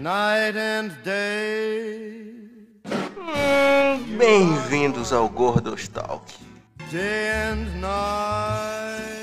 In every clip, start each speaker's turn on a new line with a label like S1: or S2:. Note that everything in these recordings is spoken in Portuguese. S1: night and day,
S2: Bem-vindos ao Gordos Talk.
S1: day and night.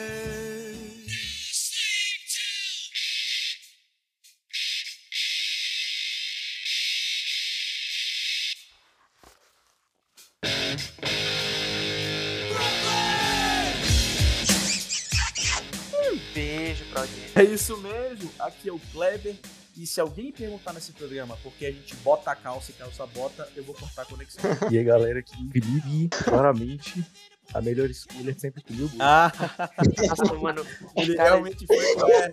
S2: Beijo pra audiência.
S3: É isso mesmo, aqui é o Kleber. E se alguém perguntar nesse programa por que a gente bota a calça e calça bota, eu vou cortar a conexão.
S4: E a galera que vive, claramente, a melhor escolha é sempre que o Gol.
S3: Ah,
S5: Nossa, mano, os
S3: ele
S5: caras,
S3: realmente foi. É,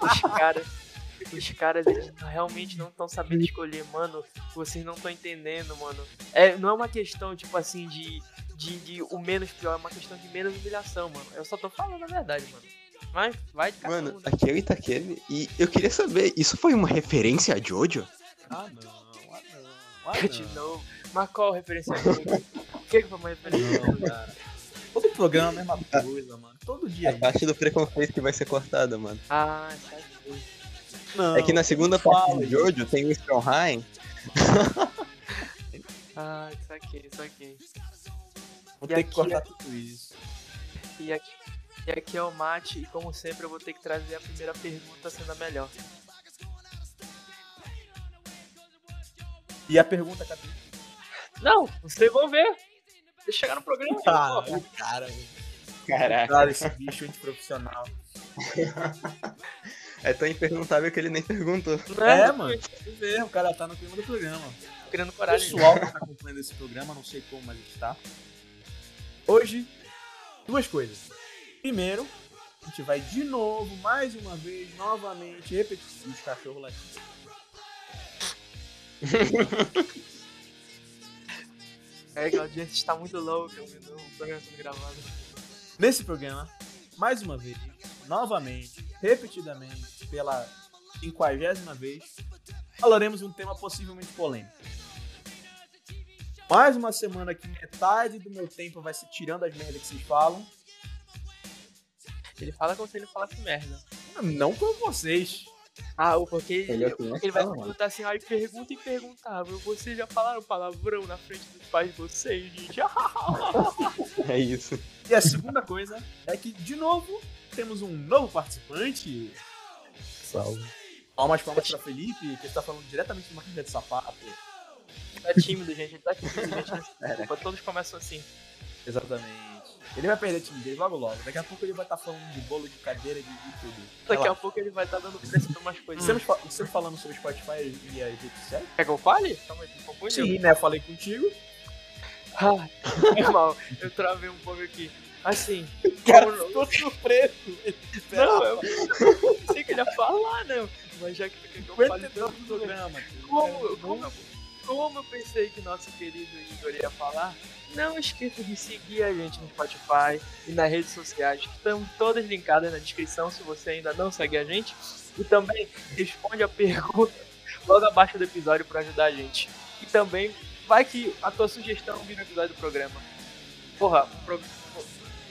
S5: os caras, os caras, eles realmente não estão sabendo escolher, mano. Vocês não estão entendendo, mano. É, não é uma questão, tipo assim, de, de, de o menos pior, é uma questão de menos humilhação, mano. Eu só tô falando a verdade, mano. Mas vai de cada
S2: Mano,
S5: um, né?
S2: aqui é o Itaquele e eu queria saber, isso foi uma referência a Jojo?
S3: Ah, não, ah, não. Ah,
S5: de
S3: não.
S5: novo. Mas qual referência? O que que foi uma referência?
S3: Não, cara. Todo programa é a mesma coisa, mano. Todo dia. é
S2: A parte do preconceito que vai ser cortada, mano.
S5: Ah, sabe?
S3: isso. Não.
S2: É que na segunda parte do Jojo tem o Stromheim.
S5: Ah, saquei, saquei.
S3: Vou
S5: E
S3: ter que
S5: aqui
S3: cortar tudo isso.
S5: E aqui, e aqui é o Mate, e como sempre eu vou ter que trazer a primeira pergunta sendo a melhor.
S3: E a pergunta, cadê?
S5: Não, vocês vão ver. Vocês chegaram no programa.
S3: Ah,
S5: pô.
S3: o cara, o
S2: Caraca,
S3: cara, esse bicho antiprofissional.
S2: é tão imperguntável que ele nem perguntou.
S3: É, mano. Você vê, o cara tá no clima do programa.
S5: Tô né? Criando
S3: O
S5: coragem.
S3: pessoal que tá acompanhando esse programa, não sei como, mas está. Hoje, duas coisas. Primeiro, a gente vai de novo, mais uma vez, novamente, repetir os cachorros latindo.
S5: É que a audiência está muito louca, ouvindo o programa tá sendo gravado.
S3: Nesse programa, mais uma vez, novamente, repetidamente, pela quinquagésima vez, falaremos de um tema possivelmente polêmico. Mais uma semana que metade do meu tempo vai se tirando as merdas que vocês falam.
S5: Ele fala como se ele falasse merda.
S3: Não com vocês.
S5: Ah, o porque ele,
S2: Ele é o que mais
S5: porque ele vai
S2: fala,
S5: perguntar assim, aí pergunta e perguntava. Vocês já falaram palavrão na frente dos pais de vocês, gente? Ah,
S2: É isso.
S3: E a segunda coisa é que, de novo, temos um novo participante.
S4: Salve.
S3: Palmas, palmas pra Felipe, que está falando diretamente de uma caixa de sapato.
S5: ele tá tímido, gente. Ele tá tímido, gente.
S3: É, né?
S5: Desculpa, todos começam assim.
S3: Exatamente. Ele vai perder a timidez logo logo. Daqui a pouco ele vai estar falando de bolo, de cadeira, de, de tudo. Vai
S5: Daqui
S3: lá.
S5: a pouco ele vai estar dando preço pra umas coisas. Você
S3: Estamos, fa- estamos falando sobre Spotify e a rede série?
S5: quer que eu fale? Calma aí, tô confundindo.
S3: Hum. Sim, né? Eu falei contigo.
S5: Ah, foi mal, eu travei um pouco aqui. Assim, como não-
S3: Ficou surpreso. Tá
S5: não, eu eu sei que ele ia falar, né? Mas já que que eu falei tanto
S3: do
S5: do
S3: programa.
S5: como, como, eu- como eu pensei que nosso querido Igor ia falar, não esqueça de seguir a gente no Spotify e nas redes sociais, que estão todas linkadas na descrição se você ainda não segue a gente. E também responde a pergunta logo abaixo do episódio para ajudar a gente. E também vai que a tua sugestão vira o episódio do programa. Porra, pro...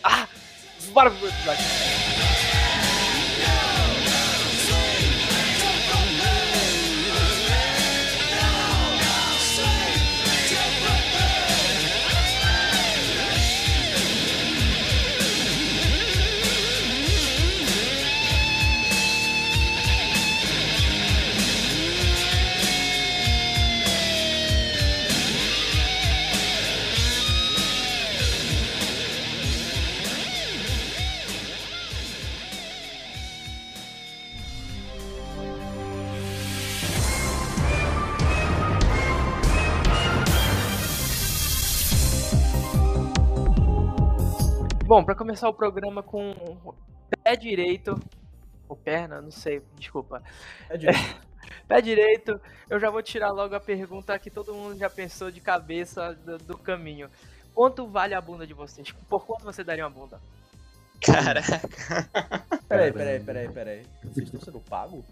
S5: Ah! Bora pro episódio! Bom, pra começar o programa com o pé direito, ou perna, não sei, desculpa.
S3: É direito.
S5: Pé direito, eu já vou tirar logo a pergunta que todo mundo já pensou de cabeça do, do caminho. Quanto vale a bunda de vocês? Por quanto você daria uma bunda?
S2: Caraca.
S3: Peraí, peraí, peraí, peraí. Vocês estão sendo pago?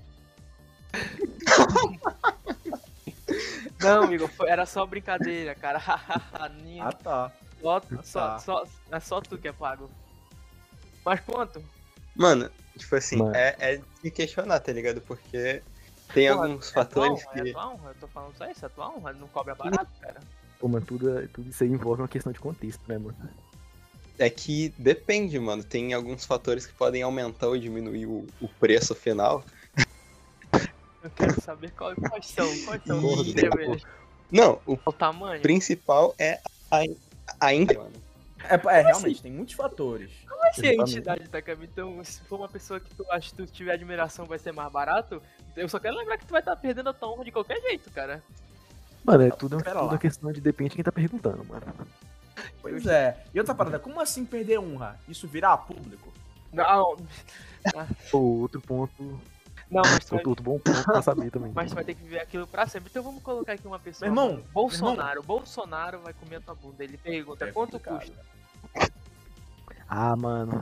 S5: Não, Igor, foi- era só brincadeira, cara. Nino,
S3: Ah, tá.
S5: só,
S3: tá.
S5: só, só, é só tu que é pago. Mas quanto? É
S2: Mano, tipo assim,
S4: Mano.
S2: é, é de questionar, tá ligado? Porque Tem
S5: Porra,
S2: alguns fatores
S5: tua honra, É
S2: que.
S5: tua honra, eu tô falando só isso, é tua honra, não cobra barato, cara.
S6: Pô, mano, tudo, é- tudo isso aí envolve uma questão de contexto, né, mano?
S2: É que depende, mano. Tem alguns fatores que podem aumentar ou diminuir o, o preço final.
S5: Eu quero saber qual- quais são, quais são
S2: Porra,
S5: os entrevejas.
S2: Não, o
S5: O tamanho.
S2: principal é a, a Índia, mano.
S3: É, é,
S5: assim?
S3: realmente, tem muitos fatores.
S5: vai ser a
S3: tá
S6: exatamente.
S5: entidade da Cami. Então, se for uma pessoa que tu acha que tu tiver admiração vai ser mais barato, eu só quero lembrar que tu vai estar perdendo a tua honra de qualquer jeito, cara.
S6: Mano, é tudo,
S3: Pera
S6: tudo
S3: lá.
S6: uma questão de depende de quem tá perguntando, mano.
S5: assim?
S3: Pois é. E outra parada, como assim perder honra? Isso virar público?
S5: Não,
S6: Pô, outro ponto,
S5: Ah, não, mas tu vai,
S6: outro, outro bom ponto pra saber também.
S5: mas tu vai ter que viver aquilo pra sempre. Então vamos colocar aqui uma pessoa.
S3: Meu irmão,
S5: mano, Bolsonaro. Bolsonaro vai comer a tua bunda. Ele pergunta
S3: É
S5: quanto
S3: complicado.
S5: custa.
S6: Ah, mano.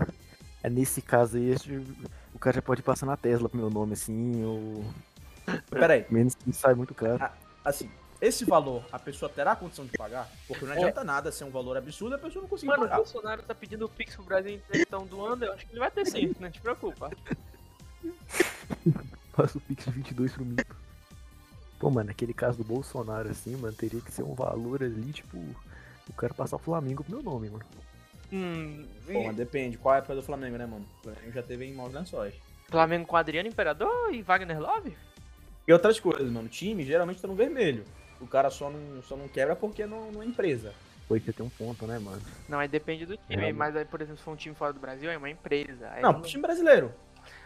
S6: É nesse caso aí, acho que o cara já pode passar na Tesla pro meu nome, assim, ou
S3: Peraí,
S6: menos que sai muito caro.
S3: assim, esse valor a pessoa terá condição de pagar? Porque não adianta nada ser um valor absurdo e a pessoa não
S5: É.
S3: conseguir
S5: Mano, o
S3: pagar.
S5: Bolsonaro tá pedindo o Pix pro Brasil inteiro, então doando, eu acho que ele vai ter sim, não te preocupa.
S6: Passa o Pix de 22 pro mito. Pô, mano, aquele caso do Bolsonaro, assim, mano, teria que ser um valor ali, tipo, o cara passar o Flamengo pro meu nome, mano.
S5: Hum,
S3: Pô, mas depende, qual é a época do Flamengo, né, mano? O Flamengo já teve em maus lençóis.
S5: Flamengo com Adriano Imperador e Wagner Love?
S3: E outras coisas, mano. Time geralmente tá no vermelho. O cara só não, só não quebra porque não, não é empresa.
S6: Foi que você tem um ponto, né, mano?
S5: Não, aí depende do time.
S6: É,
S5: mas aí, por exemplo, se for um time fora do Brasil, é uma empresa. Aí
S3: Não, time brasileiro.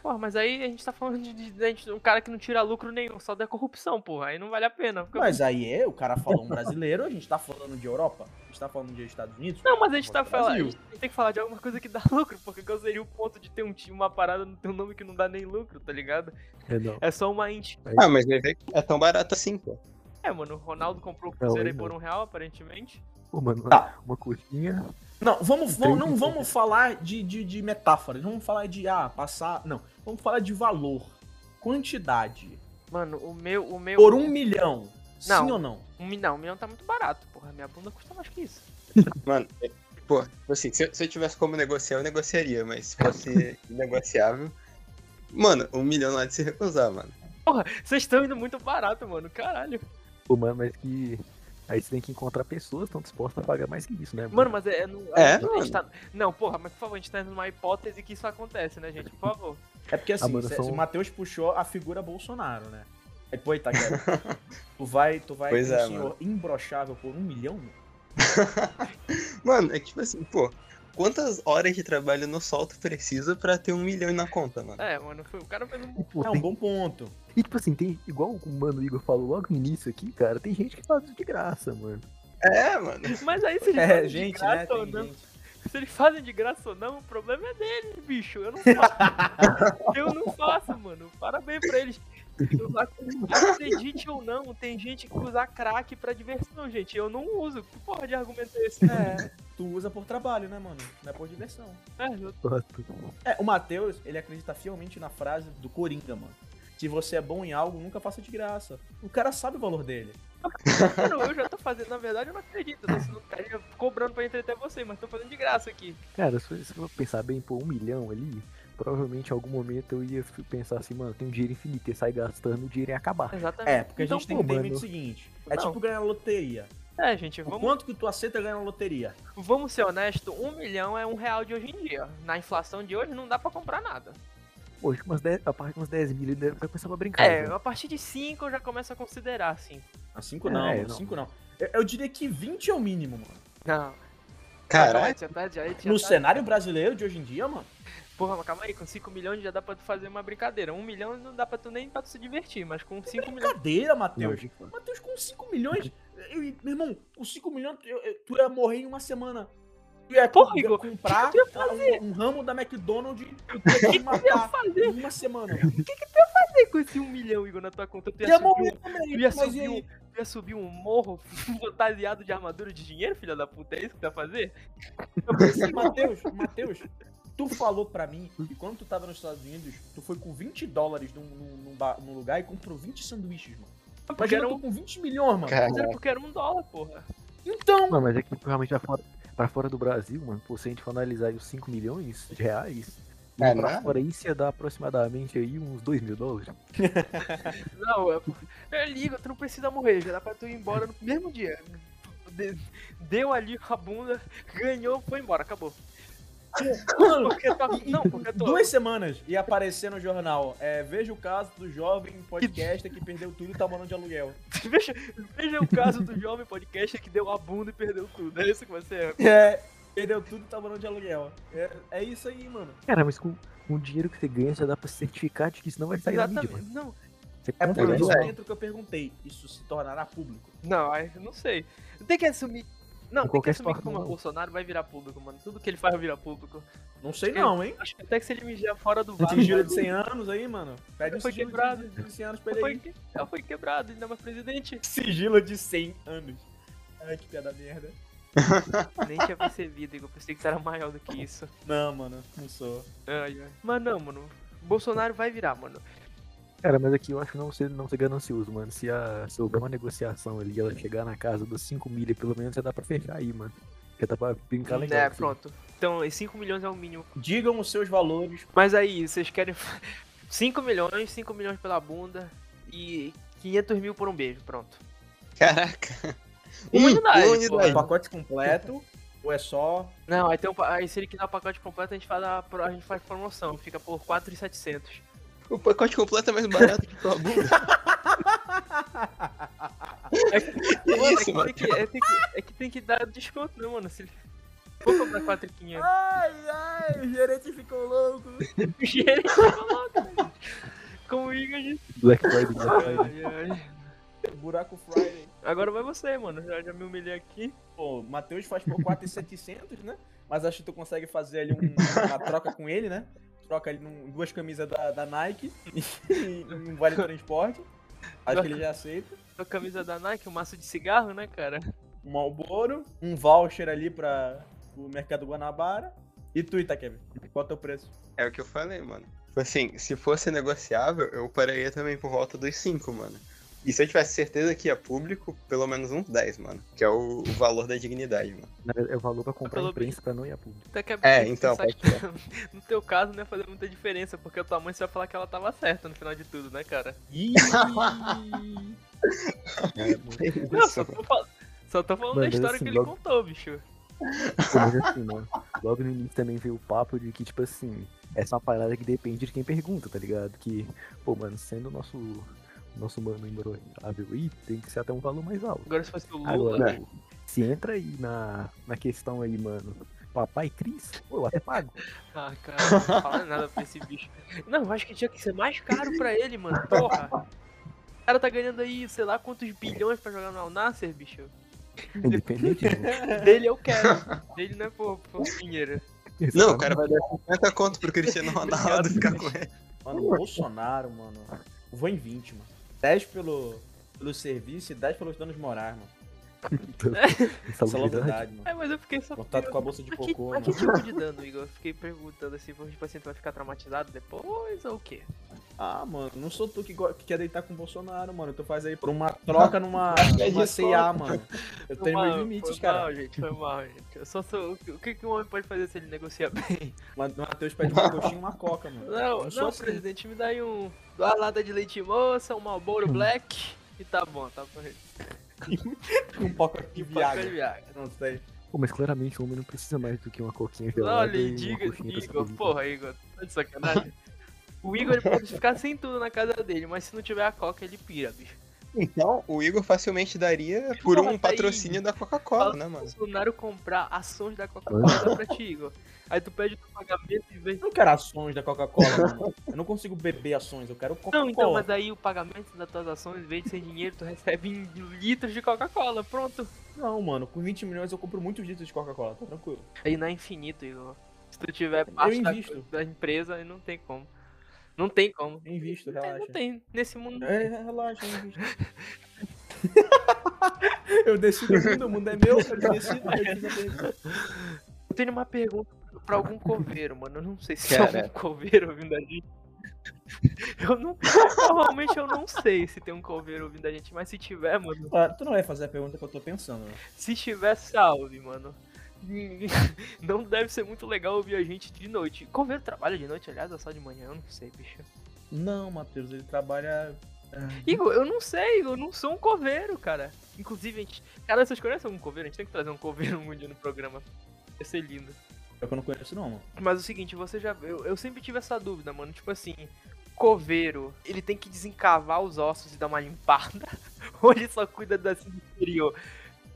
S5: Porra, mas aí a gente tá falando de, de- de- de um cara que não tira lucro nenhum, só da corrupção, porra. Aí não vale a pena. Fica-
S3: Mas aí é, o cara falou um brasileiro, a gente tá falando de Europa, a gente tá falando de Estados Unidos.
S5: Não, mas a gente tá
S3: Fora do
S5: falando. A
S3: Brasil.
S5: gente tem que falar de alguma coisa que dá lucro, porque qual seria o ponto de ter um time, uma parada no teu nome que não dá nem lucro, tá ligado?
S6: É, não.
S5: É só uma int.
S2: Ah, mas vai ver que é tão barato assim, pô.
S5: É, mano, o Ronaldo comprou o Cruzeiro aí
S6: aí
S5: por
S6: não.
S5: um real, aparentemente.
S6: Pô, mano,
S3: Tá.
S6: uma coxinha.
S3: Não, vamos, vamos- não
S6: Entendi.
S3: vamos falar de, de, de metáforas, vamos falar de, ah, passar. Não, vamos falar de valor, quantidade.
S5: Mano, o meu. O meu
S3: Por um milhão,
S5: Não.
S3: sim ou não?
S5: Um mi- não, um milhão tá muito barato, porra. Minha bunda custa mais que isso.
S2: Mano, é- pô, tipo assim, se, eu- se eu tivesse como negociar, eu negociaria, mas se fosse negociável. Mano, um milhão não há de se recusar, mano.
S5: Porra, vocês estão indo muito barato, mano. Caralho.
S6: Pô, mano, mas que. Aí você tem que encontrar pessoas que estão dispostas a pagar mais que isso, né, mano?
S5: Mano, mas é. é, não-
S2: É,
S5: a gente
S2: mano.
S5: tá- Não, porra, mas por favor, a gente tá indo numa hipótese que isso acontece, né, gente? Por favor.
S3: É porque assim,
S6: mano,
S3: se-
S6: são-
S3: se o Matheus puxou a figura Bolsonaro, né? Aí, pô, Itaquera, tu vai, tu vai
S2: Pois
S3: com
S2: é,
S3: o senhor imbrochável por um milhão?
S2: Mano, é que tipo assim, pô, quantas horas de trabalho no sol tu precisa pra ter um milhão na conta, mano?
S5: É, mano, foi- o cara fez um.
S6: E, pô,
S3: É um
S6: tem-
S3: bom ponto.
S6: e, tipo assim, tem. Igual o mano Igor falou logo no início aqui, cara, tem gente que faz isso de graça, mano.
S2: É, mano.
S5: Mas aí se eles
S3: É,
S5: fazem de
S3: gente,
S5: graça
S3: né?
S5: ou
S3: Tem
S5: não.
S3: gente.
S5: Se eles fazem de graça ou não, o problema é deles, bicho. Eu não faço. eu não faço, mano. Parabéns pra eles. Eu ac- Acredite ou não, tem gente que usa crack pra diversão, gente. Eu não uso. Que porra de argumento é esse? É,
S3: Tu usa por trabalho, né, mano? Não é por diversão.
S5: é, eu-
S6: Fato.
S3: É, o Matheus, ele acredita fielmente na frase do Coringa, mano. Se você é bom em algo, nunca faça de graça. O cara sabe o valor dele.
S5: Mano, eu já tô fazendo, na verdade eu não acredito, né? Você não tá eu tô cobrando pra entreter você, mas tô fazendo de graça aqui.
S6: Cara, se se eu pensar bem, pô, um milhão ali, provavelmente em algum momento eu ia f- pensar assim, mano, tem um dinheiro infinito, e sair gastando, o dinheiro ia acabar.
S5: Exatamente.
S3: É, porque
S6: Então,
S3: a gente tem
S6: pô,
S3: que ter em
S6: mano.
S3: mente o seguinte. É
S5: Não.
S3: tipo ganhar na loteria.
S5: É, gente,
S3: O
S5: vamos,
S3: quanto que tu aceita ganhar na loteria?
S5: vamos ser honestos, um milhão é um real de hoje em dia. Na inflação de hoje não dá pra comprar nada.
S6: Pô, acho que umas 10, a parte de umas 10 mil ele deve estar começando a brincar.
S5: É,
S6: né?
S5: a partir de 5 eu já começo a considerar, assim.
S3: A 5
S6: É,
S3: Ah, não,
S6: é,
S3: mano.
S6: não.
S3: 5 não. Eu, eu diria que 20 é o mínimo, mano.
S5: Não.
S2: Caralho.
S5: Já tá, já tá, já tá-
S3: No cenário brasileiro de hoje em dia, mano.
S5: Porra, mas calma aí, com 5 milhões já dá pra tu fazer uma brincadeira. Um milhão não dá pra tu nem pra tu se divertir, mas com 5 milhões.
S3: Cadeira,
S6: Não,
S3: Matheus.
S6: de fato.
S3: Matheus, com 5 milhões. eu- eu- meu irmão, com 5 milhões, eu- eu- tu ia morrer em uma semana. Tu ia
S5: Porra,
S3: tu ia
S5: Igor,
S3: comprar
S5: o que que tu
S3: um, um ramo da McDonald's e tu ia te matar
S5: fazer?
S3: em uma semana. mano.
S5: E Tá. com esse um milhão, Igor, na tua conta, tu
S3: Tu
S5: ia,
S3: ia
S5: subir um-
S3: morrer também.
S5: tu ia
S3: mas
S5: subir
S3: e aí?
S5: um- tu ia subir um morro fantasiado de armadura de dinheiro, filha da puta? É isso que tu vai fazer?
S3: Matheus, Matheus, tu falou pra mim que quando tu tava nos Estados Unidos, tu foi com 20 dólares num, num- num ba- num lugar e comprou 20 sanduíches, mano.
S5: Porque
S3: Imagina
S5: era,
S3: tu
S5: um,
S3: com 20 milhões, mano.
S5: mas era
S2: Caralho.
S5: porque era um dólar, porra.
S3: Então,
S6: Não, mas é que realmente pra fora, pra fora do Brasil, mano, pô, se a gente for analisar aí os 5 milhões de reais, E
S2: É
S6: pra
S2: nada?
S6: fora isso ia dar aproximadamente aí uns 2 mil dólares.
S5: Não, é, é liga, tu não precisa morrer, já dá pra tu ir embora no mesmo dia. De- deu ali com a bunda, ganhou, foi embora, acabou.
S3: Mano,
S5: Porque tua, não, porque
S3: em
S5: tua,
S3: duas semanas ia aparecer no jornal. É, veja o caso do jovem podcaster que perdeu tudo e tá morando de aluguel.
S5: veja, veja o caso do jovem podcast que deu a bunda e perdeu tudo. É isso que você é.
S3: É, perdeu tudo e tá morando de aluguel. É, é isso aí, mano.
S6: Cara, mas com, com o dinheiro que você ganha, já dá pra certificar de que isso não vai sair na mídia, mano.
S5: Exatamente. Não,
S6: Você
S3: É por
S6: compra
S3: isso
S6: isso.
S2: é.
S3: dentro que eu perguntei. Isso se tornará público.
S5: não, aí, não sei. Tem que assumir. Não,
S6: Em
S5: tem que
S6: qualquer
S5: assumir que
S6: situação,
S5: como
S6: não.
S5: Bolsonaro vai virar público, mano. Tudo que ele faz vai virar público.
S3: Não sei não, hein?
S5: Acho que até que se ele me vier fora do vaso.
S3: Esse giro
S5: vai-
S3: de 100 anos aí, mano. Pede um
S5: Foi
S3: sigilo
S5: quebrado.
S3: de, de 100 anos pra
S5: Já
S3: ele
S5: foi,
S3: aí.
S5: que- já foi quebrado, ainda mais presidente.
S3: Sigilo de 100 anos. Ai, que piada merda.
S5: Nem tinha percebido, Igor. Pensei que você era maior do que isso.
S3: Não, mano, não sou.
S5: Ai, ai. Mas não, mano. Bolsonaro vai virar, mano.
S6: Cara, mas aqui eu acho não ser, não ser ganancioso, mano. Se, a, se houver uma negociação ali e ela chegar na casa dos 5 milha, pelo menos já dá pra fechar aí, mano. Já dá pra brincar legal.
S5: é,
S6: assim.
S5: pronto. Então, 5 milhões é o mínimo.
S3: Digam os seus valores.
S5: Mas aí, vocês querem 5 milhões, 5 milhões pela bunda e 500 mil por um beijo, pronto.
S2: Caraca. Um
S5: Uma unidade,
S2: uma
S5: Tá, Vai.
S3: O pacote completo, ou é só...
S5: Não, aí, tem um, pa- aí se ele quiser o pacote completo, a gente faz, a, pro- a gente faz promoção. Fica por 4,700.
S2: O pacote completo é mais barato que tua bunda. Que
S5: Mano,
S2: isso,
S5: é, que tem que, é, tem que, é que tem que dar desconto, né, mano? Se ele... Vou comprar 4,500.
S2: Ah.
S3: Ai, ai, o gerente ficou louco.
S5: O gerente ficou louco, velho. Como o Igor disse.
S6: Black Friday, né, Black Friday.
S5: Ai, ai.
S3: Buraco Friday.
S5: Agora vai você, mano. Já, já me humilhei aqui.
S3: Pô, o Matheus faz por 4,700, né? Mas acho que tu consegue fazer ali um- uma troca com ele, né? Troca ali num, duas camisas da, da Nike e um vale transporte. Acho que ele já aceita.
S5: A camisa da Nike, um maço de cigarro, né, cara?
S3: Um Malboro, um voucher ali pra o Mercado Guanabara. E tu, Itaqueve, qual é o teu preço?
S2: É o que eu falei, mano. Tipo Assim, se fosse negociável, eu pararia também por volta dos 5, mano. E se eu tivesse certeza que ia público, pelo menos uns 10, mano. Que é o, o valor da dignidade, mano.
S6: Na verdade, É o valor pra comprar
S5: Pelo
S6: imprensa pra não ir a público.
S5: Até que
S2: É, então,
S5: pensar que, No teu caso, não ia fazer muita diferença, porque a tua mãe só ia falar que ela tava certa no final de tudo, né, cara?
S3: Ih,
S5: Não, só tô, fal- só tô falando
S6: Mas
S5: da história
S6: assim,
S5: que ele
S6: logo-
S5: contou, bicho.
S6: Pelo menos assim, né? Logo no início também veio o papo de que, tipo assim, essa é uma parada que depende de quem pergunta, tá ligado? Que, pô, mano, sendo o nosso, nosso mano imbronável aí, tem que ser até um valor mais alto.
S5: Agora se fosse o Lula,
S6: Agora, pô, se entra aí na, na questão aí, mano, papai Cris, pô, eu até pago.
S5: Ah, cara, não fala nada pra esse bicho. Não, eu acho que tinha que ser mais caro pra ele, mano. Porra. O cara tá ganhando aí, sei lá, quantos bilhões pra jogar no Al-Nasser, bicho.
S6: Independente, mano.
S5: Dele eu quero. Dele não é por, por dinheiro.
S2: Não, o cara vai dar 50 conto pro Cristiano Ronaldo
S5: Obrigado,
S2: ficar com ele.
S3: Mano, o Bolsonaro, mano. Eu Vou em 20, mano. 10 pelo, pelo serviço e 10 pelos danos morais, mano.
S6: Então, Insalubridade.
S3: Salubridade, mano.
S5: É, mas eu fiquei só.
S3: Contato com a bolsa de
S5: Mas que,
S3: cocô,
S5: mas
S3: mano.
S5: que tipo de dano, Igor? Eu fiquei perguntando assim, foi tipo assim, tu vai ficar traumatizado depois ou o quê?
S3: Ah, mano, não sou tu que, go- que quer deitar com o Bolsonaro, mano. Tu faz aí por uma troca numa, numa CA, mano. Eu tenho
S5: Foi
S3: meus
S5: mal,
S3: limites,
S5: foi
S3: cara.
S5: Mal, gente, foi mal, gente. Eu só sou. O que, o que que um homem pode fazer se ele negocia bem?
S3: Mas O Matheus pede uma coxinha e uma coca, mano.
S5: Não,
S3: eu sou
S5: não,
S3: assim.
S5: presidente, me dá aí um. Duas lata de leite moça, um Malboro Black. E tá bom, tá bom.
S3: Um pouco de
S5: E paca de
S3: viagem.
S5: Viagra.
S3: Não tá sei.
S6: Pô, mas claramente o homem não precisa mais do que uma coquinha
S5: Não,
S6: gelada e
S5: Olha,
S6: uma
S5: diga,
S6: coxinha pra
S5: Igor,
S6: sobreviver.
S5: porra, Igor, tá de sacanagem. O Igor ele pode ficar sem tudo na casa dele, mas se não tiver a coca, ele pira, bicho.
S2: Então, o Igor facilmente daria por
S5: Porra,
S2: um
S5: tá aí.
S2: patrocínio da Coca-Cola, né, mano?
S5: Se o Bolsonaro comprar ações da Coca-Cola, dá pra ti, Igor. Aí tu pede o teu pagamento e vem.
S3: Eu não quero ações da Coca-Cola, mano. Eu não consigo beber ações, eu quero Coca-Cola.
S5: Não, então, mas aí o pagamento das tuas ações, em vez de ser dinheiro, tu recebe em litros de Coca-Cola, pronto.
S3: Não, mano, com 20 milhões eu compro muitos litros de Coca-Cola, tá tranquilo.
S5: Aí não é infinito, Igor. Se tu tiver parte da,
S3: invisto.
S5: da empresa, aí não tem como. Não tem como.
S3: Eu invisto,
S5: Não tem,
S3: relaxa.
S5: não tem. Nesse mundo.
S3: É, relaxa, eu invisto. eu decido tudo, o mundo é meu, eu decido, eu fiz a pergunta.
S5: Eu tenho uma pergunta pra algum coveiro, mano. Eu não sei se é
S2: Cara.
S5: algum coveiro ouvindo a gente. Eu não. Normalmente eu não sei se tem um coveiro ouvindo a
S3: Ah,
S5: gente, mas se tiver, mano.
S3: Claro, tu não vai fazer a pergunta que eu tô pensando, né?
S5: Se tiver, salve, mano. não deve ser muito legal ouvir a gente de noite. Coveiro trabalha de noite, aliás, ou só de manhã? Eu não sei, bicho.
S3: Não, Matheus, ele trabalha.
S5: Igor, eu não sei, Igor, eu não sou um coveiro, cara. Inclusive, a gente... cara, vocês conhecem algum coveiro? A gente tem que trazer um coveiro um dia no programa. Ia ser lindo.
S3: É que eu não conheço, não, mano.
S5: Mas o seguinte, você já. Eu, eu sempre tive essa dúvida, mano. Tipo assim, coveiro, ele tem que desencavar os ossos e dar uma limpada? Ou ele só cuida da do interior?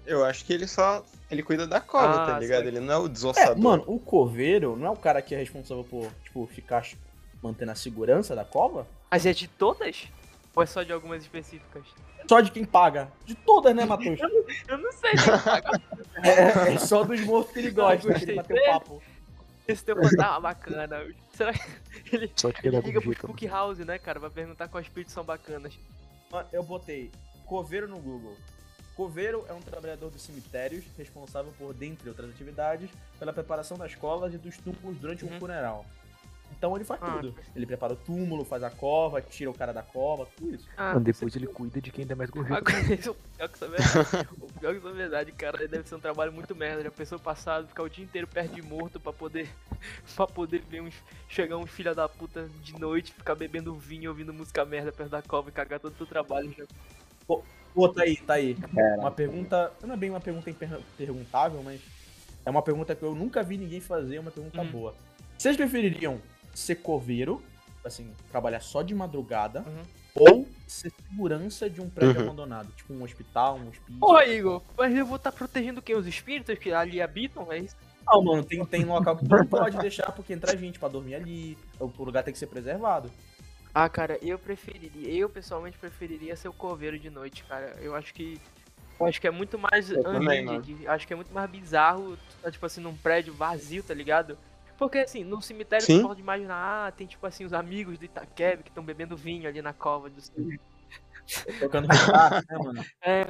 S2: Eu acho que ele só. Ele cuida da cobra,
S5: Ah,
S2: tá ligado?
S5: sei.
S2: Ele não é o
S3: É,
S2: desossador.
S3: mano, o coveiro não é o cara que é responsável por, tipo, ficar ch- mantendo a segurança da cova?
S5: Mas é de todas? Ou é só de algumas específicas?
S3: Só de quem paga. De todas, né, Matheus?
S5: Eu não sei, né?
S3: é, é só dos mortos que ele gosta,
S5: Gostei
S3: que ele bateu
S5: dele.
S3: papo.
S5: Esse teu fantasma bacana. Será que ele,
S6: Só é de
S5: ele
S6: quebrar
S5: liga pro
S6: bonito,
S5: Spook House, né, cara? Vai perguntar quais pizzas são bacanas.
S3: Mano, Ah, Eu botei coveiro no Google. Coveiro é um trabalhador dos cemitérios, responsável por, dentre outras atividades, pela preparação das colas e dos túmulos durante
S5: Uhum.
S3: um funeral. Então ele faz
S5: Ah.
S3: tudo. Ele prepara o túmulo, faz a cova, tira o cara da cova, tudo isso.
S5: Ah,
S6: Mano, depois ele cuida de quem dá mais gorjeta.
S5: Agora, isso é o pior que isso é verdade. O pior que isso é verdade, cara, deve ser um trabalho muito merda. Já pensou passado, ficar o dia inteiro perto de morto pra poder. pra poder ver uns. Chegar uns filha da puta de noite, ficar bebendo vinho, ouvindo música merda perto da cova e cagar todo o teu trabalho. Já.
S3: Pô, tá aí, tá aí. Uma pergunta. Não é bem uma pergunta imper- perguntável, mas. É uma pergunta que eu nunca vi ninguém fazer, é uma pergunta
S5: Uhum.
S3: boa. Vocês prefeririam ser coveiro, assim, trabalhar só de madrugada,
S5: Uhum.
S3: ou ser segurança de um prédio
S2: Uhum.
S3: abandonado, tipo um hospital, um hospício?
S5: Porra, Igor, mas eu vou estar protegendo quem? Os espíritos que ali habitam? É isso?
S3: Não, mano, tem, tem um local que não pode deixar porque entra gente pra dormir ali, o o lugar tem que ser preservado.
S5: Ah, cara, eu preferiria. Eu pessoalmente preferiria ser o coveiro de noite, cara. Eu acho que. Eu acho que é muito mais
S2: Eu também,
S5: unhinged, acho que é muito mais bizarro, tu tá, tipo assim, num prédio vazio, tá ligado? Porque assim, no cemitério
S2: Sim.
S5: tu pode imaginar, ah, tem tipo assim, os amigos do Itaqueb que estão bebendo vinho ali na cova do
S3: Tocando guitarra, né, mano?
S5: É,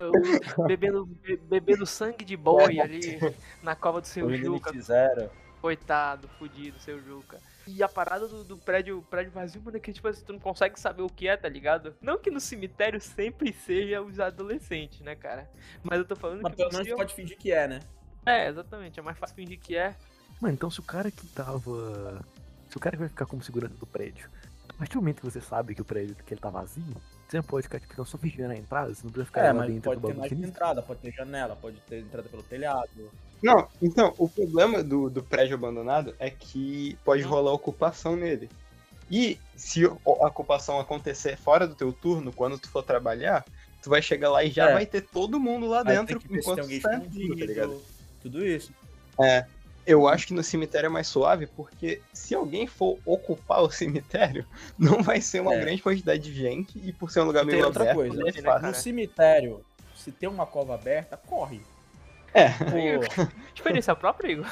S5: o- bebendo, be- bebendo sangue de
S2: É.
S5: boi ali na cova do seu
S3: Ouvindo
S5: Juca,
S3: NX0.
S5: Coitado, fudido, seu Juca. E a parada do, do prédio, prédio vazio, mano, é que tipo assim, tu não consegue saber o que é, tá ligado? Não que no cemitério sempre seja os adolescentes, né, cara? Mas eu tô falando
S3: Mas
S5: que
S3: pelo menos
S5: possível-
S3: pode fingir que é, né?
S5: É, exatamente, é mais fácil fingir que é.
S6: Mano, então se o cara que tava. Se o cara que vai ficar como segurança do prédio, a partir do momento que você sabe que o prédio que ele tá vazio, você não pode ficar tipo, então, só vigiando a entrada, você não precisa ficar
S3: É,
S6: lá
S3: mas
S6: dentro
S3: pode
S6: do
S3: ter
S6: bagulho
S3: mais de uma
S6: sinistro.
S3: entrada, pode ter janela, pode ter entrada pelo telhado.
S2: Não, então, o problema do, do prédio abandonado é que pode rolar ocupação nele. E se o- a ocupação acontecer fora do teu turno, quando tu for trabalhar, tu vai chegar lá e já
S3: É.
S2: vai ter todo mundo lá
S3: Aí
S2: Tá dentro
S3: tem que ver se
S2: enquanto tu tá entrando, tá ligado?
S3: Tudo isso.
S2: Eu acho que no cemitério é mais suave, porque se alguém for ocupar o cemitério, não vai ser uma
S3: É.
S2: grande quantidade de gente, e por ser um lugar
S3: E tem
S2: meio
S3: outra
S2: aberto,
S3: coisa,
S2: né, é
S5: né,
S2: fácil.
S5: Cara.
S3: No cemitério, se tem uma cova aberta, corre.
S2: É.
S3: Pô,
S5: Experiência própria, Igor?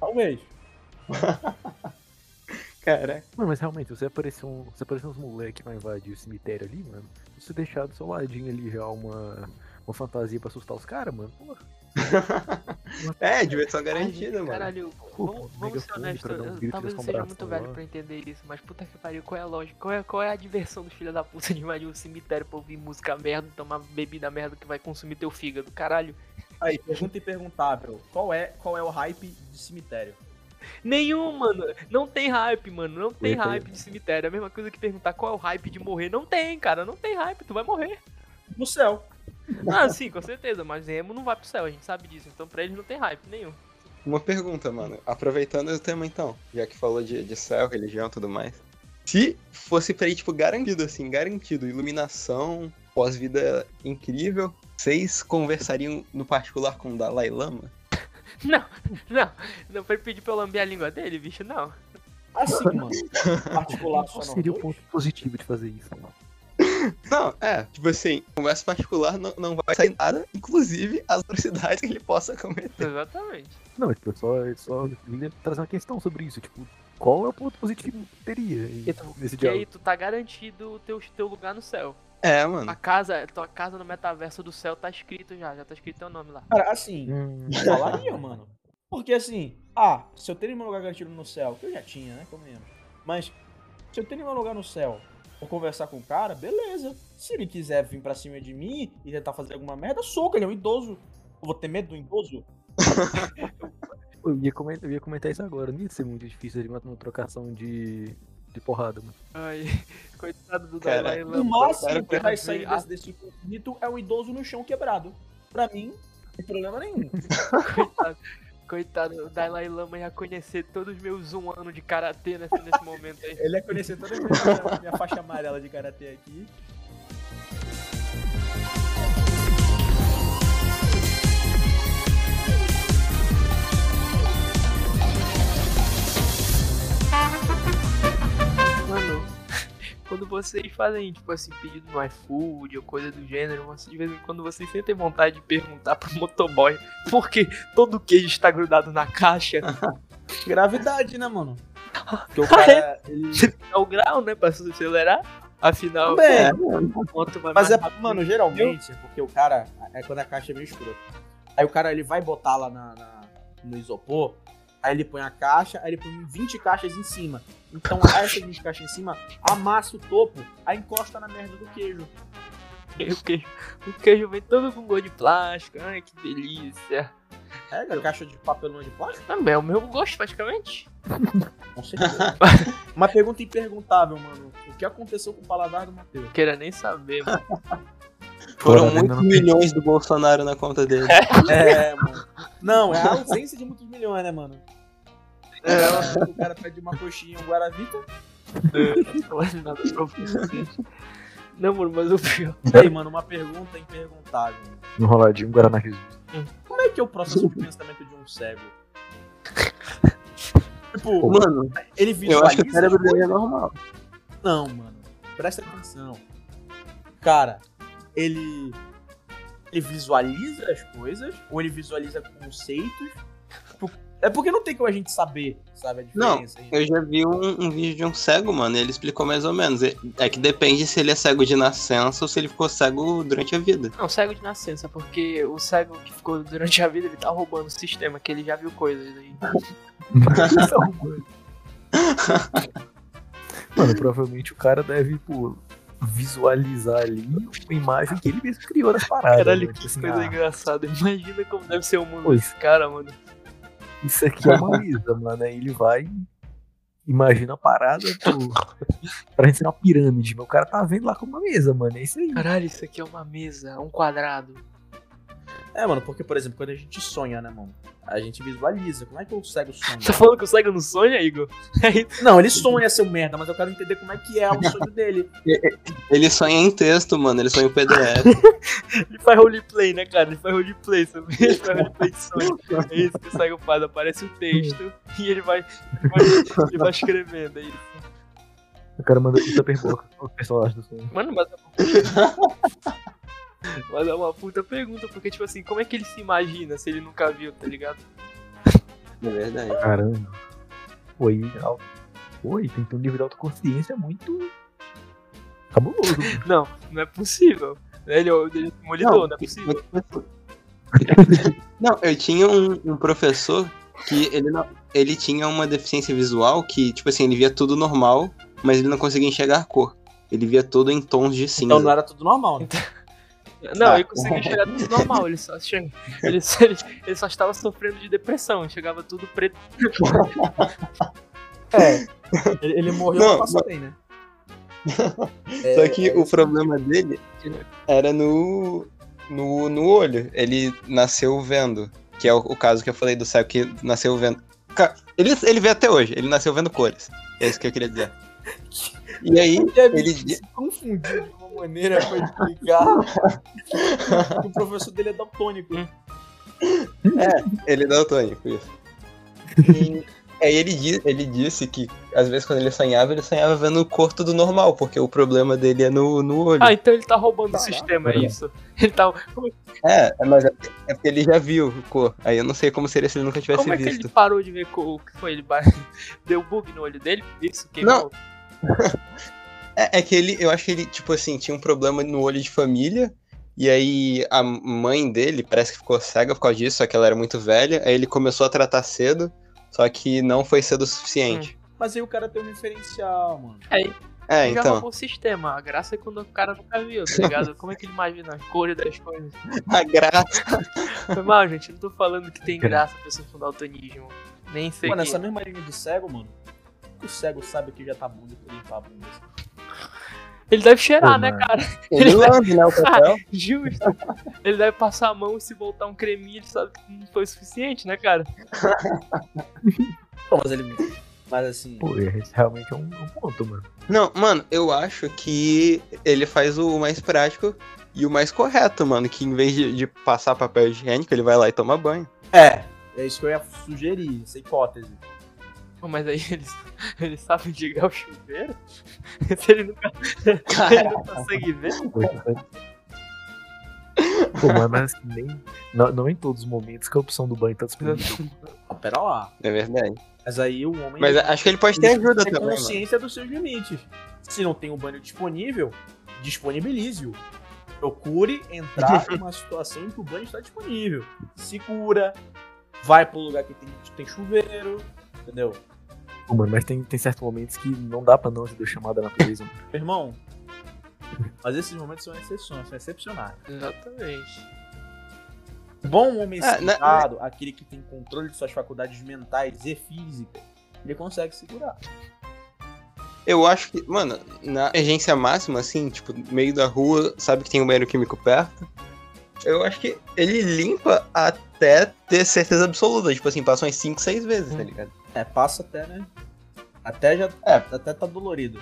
S3: talvez.
S2: Cara,
S6: Mano, mas realmente, você aparecer um. Se aparecer uns moleque pra invadir o cemitério ali, mano, se você deixar do seu ladinho ali já uma. Uma fantasia pra assustar os caras, mano. Porra,
S2: é, diversão garantida, mano.
S5: Caralho,
S6: Pô,
S5: vamos, vamos ser
S6: megafone
S5: honestos,
S6: pra dar um
S5: eu-
S6: grito
S5: talvez eu
S6: nas
S5: seja muito
S6: assombrações
S5: velho
S6: lá.
S5: pra entender isso, mas puta que pariu, qual é a lógica? Qual é, qual é a diversão dos filhos da puta de invadir um cemitério pra ouvir música merda, tomar bebida merda que vai consumir teu fígado, caralho?
S3: Aí, pergunta imperguntável. Qual é, qual é o hype de cemitério?
S5: Nenhum, mano. Não tem hype, mano. Não tem
S6: Eita,
S5: hype de cemitério. É a mesma coisa que perguntar qual é o hype de morrer. Não tem, cara. Não tem hype. Tu vai morrer.
S3: No céu.
S5: Ah, sim, com certeza. Mas Remo não vai pro céu. A gente sabe disso. Então pra eles não tem hype nenhum.
S2: Uma pergunta, mano. Aproveitando o tema então, já que falou de, de céu, religião e tudo mais. Se fosse pra ir, tipo, garantido, assim, garantido, iluminação, pós-vida incrível, vocês conversariam no particular com o Dalai Lama?
S5: Não. Não foi pedir pra eu lamber a língua dele, bicho. Não.
S3: Assim, mano. Particular só
S6: qual
S3: não.
S6: seria o
S3: dois?
S6: ponto positivo de fazer isso, mano?
S2: Não, é, tipo assim, conversa particular não, não vai sair nada, inclusive as atrocidades que ele possa cometer.
S5: Exatamente.
S6: Não, tipo, eu só, eu só vim trazer uma questão sobre isso, tipo, qual é o ponto positivo que teria em-
S5: Então,
S6: nesse
S5: E
S6: diálogo?
S5: aí, tu tá garantido o teu, teu lugar no céu.
S2: É, mano.
S5: A casa, tua casa no metaverso do céu tá escrito já. Já tá escrito teu nome lá.
S3: Cara, assim,
S6: Hum,
S3: falaria, mano. Porque assim, ah, se eu teria meu lugar garantido no céu, que eu já tinha, né? Convenhamos. Mas, se eu teria meu lugar no céu, vou conversar com o cara, beleza. Se ele quiser vir pra cima de mim e tentar fazer alguma merda, soca, ele é um idoso. Eu vou ter medo do idoso?
S6: Eu ia comentar, eu ia comentar isso agora. Não ia ser muito difícil ali uma, uma trocação de, de porrada, mano.
S5: Ai, coitado do
S2: Cara,
S5: Dalai
S3: O
S5: Lama.
S2: cara,
S3: máximo que
S2: cara,
S3: vai sair
S5: cara.
S3: desse, desse conflito é um idoso no chão quebrado. Pra mim, não tem problema nenhum.
S5: Coitado, coitado, o Dalai Lama ia conhecer todos os meus um ano de karatê nesse, nesse momento aí.
S3: Ele ia conhecer toda a minha, minha faixa amarela de karatê aqui.
S5: Mano, quando vocês fazem, tipo assim, pedido no iFood ou coisa do gênero, vocês, de vez em quando vocês sentem vontade de perguntar pro motoboy por que todo o queijo está grudado na caixa.
S3: Ah. Gravidade, né, mano? Porque o cara. ele-
S5: É o grau, né, pra se acelerar. Afinal,
S3: Também.
S5: é, o ponto vai mais
S3: Mas é,
S5: rápido.
S3: mano, geralmente é porque o cara. É quando a caixa é meio escrota. Aí o cara ele vai botar lá na, na- no isopor, aí ele põe a caixa, aí ele põe 20 caixas em cima. Então essas 20 caixas em cima, amassa o topo, aí encosta na merda do queijo.
S5: o queijo, o queijo vem todo com gosto de plástico. Ai, que delícia.
S3: É, cara, caixa de papelão de plástico?
S5: Também é o meu gosto, praticamente.
S3: Com certeza. Uma pergunta imperguntável, mano. O que aconteceu com o paladar do Matheus?
S5: Não queira nem saber, mano.
S2: Foram
S6: Porra, ainda
S2: muitos
S6: não-
S2: milhões do Bolsonaro na conta dele.
S3: É, mano. Não, é a ausência de muitos milhões, né, mano? É, o cara pede uma coxinha, um guaravita.
S5: Não, é nada pra você. Não, mano, mas o pior.
S2: É.
S3: E aí, mano, uma pergunta imperguntável.
S6: Enroladinho, Guaraná Risoto.
S3: Como é que é o processo de pensamento de um cego? tipo,
S2: Mano,
S3: ele
S2: eu acho
S3: visualiza.
S2: que o cérebro dele é normal.
S3: Não, mano. Presta atenção. Cara, ele. Ele visualiza as coisas, ou ele visualiza conceitos. Tipo, É porque não tem como a gente saber, sabe, a
S2: Não,
S3: diferença.
S2: Eu já vi um, um vídeo de um cego, mano, e ele explicou mais ou menos. É é que depende se ele é cego de nascença ou se ele ficou cego durante a vida.
S5: Não, cego de nascença, porque o cego que ficou durante a vida, ele tá roubando o sistema, que ele já viu coisas aí.
S6: Mano, provavelmente o cara deve, pô, visualizar ali uma imagem que ele mesmo criou das paradas.
S5: Caralho,
S6: né? Tipo
S5: que
S6: assim,
S5: coisa
S6: ah,
S5: engraçada. Imagina como deve ser o mundo
S6: Pois.
S5: desse cara, mano.
S6: Isso aqui é uma lisa, mano. Aí ele vai, imagina a parada, pô, parece uma pirâmide, mas o cara tá vendo lá com uma mesa, mano. É isso aí.
S5: Caralho, isso aqui é uma mesa, é um quadrado.
S3: É, mano, porque, por exemplo, quando a gente sonha, né, mano? A gente visualiza. Como é que o cego
S5: Tá
S3: sonha?
S5: falando que o cego não sonha, Igor?
S3: Não, ele sonha, seu merda, mas eu quero entender como é que é o sonho dele.
S2: Ele sonha em texto, mano, ele sonha em PDF.
S5: Ele faz roleplay, né, cara? Ele faz roleplay, sabe? Ele faz roleplay de sonho. É isso que o cego faz, aparece o texto e ele vai, ele vai, ele vai escrevendo, é isso.
S6: O cara manda o Tupperbox o personagem do sonho.
S5: Mano, mas é uma puta... mas é uma puta pergunta, porque, tipo assim, como é que ele se imagina se ele nunca viu, tá ligado?
S2: É verdade.
S6: Caramba. Pô, aí, au- pô, aí tem que ter um nível de autoconsciência muito cabuloso. mano.
S5: Não, não é possível. Ele é o ele é o demolidor, não, é
S2: Mas,
S5: possível.
S2: tipo assim, Não, eu tinha um, um professor que ele, não- ele tinha uma deficiência visual que, tipo assim, ele via tudo normal, mas ele não conseguia enxergar a cor. Ele via tudo em tons de cinza.
S3: Então não era tudo normal, né?
S5: Não,
S2: Ah.
S5: ele conseguia enxergar tudo normal, ele só, enxerga- ele, só- ele- ele só estava sofrendo de depressão, enxergava tudo preto.
S3: Ele, ele morreu
S2: Não,
S3: não, passou bem, né? É,
S5: É,
S2: Só que o problema dele era no, no, no olho. Ele nasceu vendo, que é o, o caso que eu falei do cego que nasceu vendo. Ca- Ele, ele vê até hoje, ele nasceu vendo cores. É isso que eu queria dizer. E aí,
S3: ele
S2: ele-
S3: se confundiu de uma maneira pra explicar que o professor dele é daltônico.
S2: Ele é daltônico, isso. E aí ele, di- ele disse que às vezes quando ele sonhava, ele sonhava vendo o cor tudo normal, porque o problema dele é no, no olho.
S5: Ah, então ele tá roubando o
S3: Caraca.
S5: sistema, é isso. Ele tá. Como,
S2: É, mas é é porque ele já viu o cor. Aí eu não sei como seria se ele nunca tivesse
S5: como é que ele
S2: visto.
S5: parou de ver co- o que foi? Ele ba- deu bug no olho dele? Isso, queimou.
S2: É, é que ele, eu acho que ele, tipo assim, tinha um problema no olho de família. E aí a mãe dele parece que ficou cega por causa disso, só que ela era muito velha. Aí ele começou a tratar cedo, só que não foi cedo o suficiente.
S3: Mas aí o cara tem um referencial, mano.
S2: É,
S5: já
S2: então.
S5: roubou o sistema. A graça é quando o cara nunca viu, tá ligado? Como é que ele imagina as cores das coisas?
S2: A graça.
S5: Foi mal, gente. Não tô falando que tem graça a pessoa com daltonismo. Nem sei é.
S3: Mano,
S5: que...
S3: essa mesma linha de cego, mano. O cego sabe que já tá bom de limpar a bunda.
S5: Ele deve cheirar,
S6: Pô,
S5: né,
S6: mano.
S5: cara?
S2: Ele lambe, né, o papel.
S5: Justo. ele deve passar a mão e se voltar um creminho, ele sabe que não foi o suficiente, né, cara?
S3: Pô, mas ele. Mas assim.
S6: Pô, esse realmente é um, um ponto, mano.
S2: Não, mano, eu acho que ele faz o mais prático e o mais correto, mano. Que em vez de, de passar papel higiênico, ele vai lá e toma banho.
S3: É, é isso que eu ia sugerir, essa hipótese.
S5: Pô, mas aí eles, eles sabem ligar o chuveiro? Se ele nunca, se ele não consegue ver.
S6: Pô, Pô, mas, mas assim, nem, não, não em todos os momentos que a opção do banho tá disponível.
S3: Ah, pera lá.
S2: É verdade.
S3: Mas aí o homem.
S2: Mas acho que ele pode ter ajuda
S3: tem
S2: também, mano.
S3: consciência dos seus limites. Se não tem um banho disponível, disponibilize-o. Procure entrar em uma situação em que o banho está disponível. Se cura, vai pro lugar que tem, tem chuveiro, entendeu?
S6: Pô, mano, mas tem, tem certos momentos que não dá pra não receber chamada na natureza. mano.
S3: Meu irmão, mas esses momentos são exceções, são excepcionais.
S5: Exatamente.
S3: O Bom homem
S2: Ah, na-
S3: civilizado, aquele que tem controle de suas faculdades mentais e físicas, ele consegue se curar. tá
S2: Eu acho que, mano, na agência máxima, assim, tipo, no meio da rua, sabe que tem um banheiro químico perto. Eu acho que ele limpa até ter certeza absoluta. Tipo assim, passa umas 5, 6 vezes, tá ligado?
S3: É, passa até, né? Até já.
S2: É.
S3: até tá dolorido.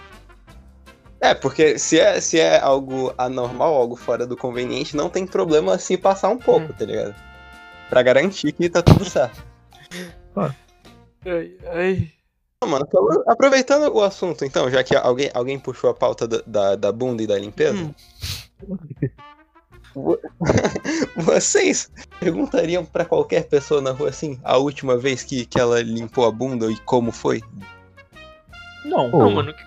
S2: É, porque se é, se é algo anormal, algo fora do conveniente, não tem problema se passar um pouco, tá ligado? Pra garantir que tá tudo certo.
S5: Ai, ai.
S2: Não, mano, falando- aproveitando o assunto, então, já que alguém, alguém puxou a pauta da, da, da bunda e da limpeza,
S5: Hum.
S2: vocês perguntariam pra qualquer pessoa na rua assim, a última vez que, que ela limpou a bunda e como foi?
S3: Não,
S6: Pô,
S5: Não, mano. que-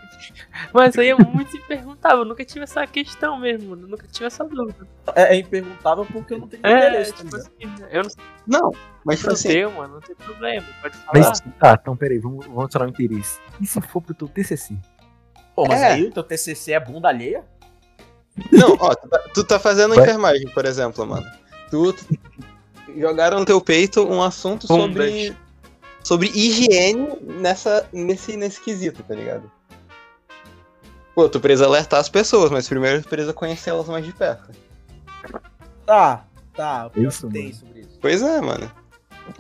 S5: Mas aí é muito imperguntável. Eu nunca tive essa questão mesmo, mano. Eu nunca tive essa dúvida.
S3: É, é imperguntável porque eu não tenho
S5: É,
S3: interesse. tá
S5: tipo
S3: ligado?
S5: assim, eu não sei
S2: Não, mas
S5: se
S2: tipo
S5: não
S2: assim,
S5: deu, mano. Não tem problema. Pode falar.
S6: Mas, tá, então peraí, vamos, vamos adicionar um interesse. E se for pro teu TCC?
S3: assim, Pô, mas
S2: É.
S3: aí o teu TCC é bunda alheia?
S2: não, ó, tu tá, tu tá fazendo
S6: Vai.
S2: enfermagem, por exemplo, mano. Tu, tu- jogaram no teu peito um assunto sobre sobre higiene nessa nesse nesse quesito, tá ligado? Pô, tu precisa alertar as pessoas, mas primeiro tu precisa conhecer elas mais de perto.
S3: Tá, tá. Eu
S6: Isso,
S3: tem
S6: mano.
S3: sobre isso.
S2: Pois é, mano.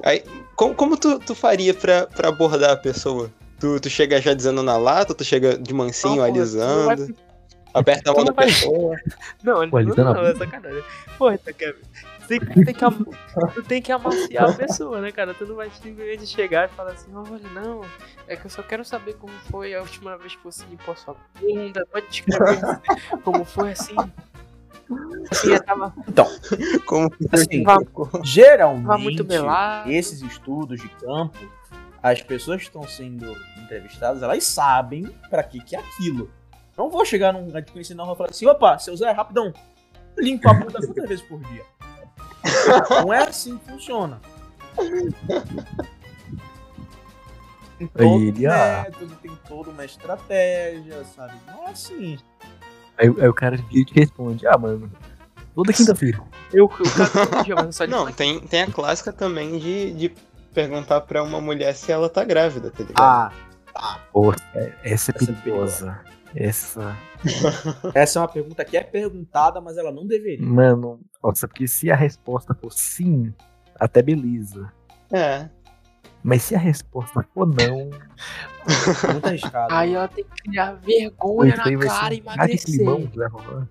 S2: Aí, como, como tu, tu faria pra, pra abordar a pessoa? Tu, tu chega já dizendo na lata, tu chega de mansinho,
S5: Não, pô, tu não vai-
S2: alisando, aperta a mão
S5: tu
S2: da
S5: não vai-
S2: pessoa.
S5: Não, ele
S6: Pô, ele
S5: não,
S6: tá na
S5: não, é sacanagem. Porra, tá, Kevin. Você tem que, am- tu tem que amaciar a pessoa, né, cara? Tu não vai simplesmente chegar e falar assim, olha, não, é que eu só quero saber como foi a última vez que você limpou a sua bunda, pode descrever como foi assim. Assim, eu tava,
S2: Como
S3: Assim,
S5: tava,
S3: geralmente,
S5: tava muito belado.
S3: esses estudos de campo, as pessoas que estão sendo entrevistadas, elas sabem pra que que é aquilo. Não vou chegar num gato conhecido na rua e falar assim, opa, seu Zé, rapidão, limpa a bunda quantas vezes por dia? Não é assim que funciona. Tem
S6: Aí
S3: todo um
S6: ele, ah.
S3: método, tem toda uma estratégia, sabe? Não é assim.
S6: Aí, aí o cara vira e te responde, ah, mano, toda quinta-feira.
S5: Eu, eu cago todo dia, mas eu só
S2: Não, tem, tem a clássica também de, de perguntar pra uma mulher se ela tá grávida, tá ligado?
S3: Ah.
S6: Pô, é- essa é
S3: Essa é perigosa.
S6: perigosa. Essa.
S3: Essa é uma pergunta que é perguntada, mas ela não deveria.
S6: Mano, nossa, porque se a resposta for sim, até beleza.
S2: É.
S6: Mas se a resposta for não,
S3: Muito arriscado.
S5: Aí ela tem que criar vergonha
S6: isso aí
S5: na cara e
S6: vai ser um cara de
S5: emagrecer.
S6: climão que vai rolar.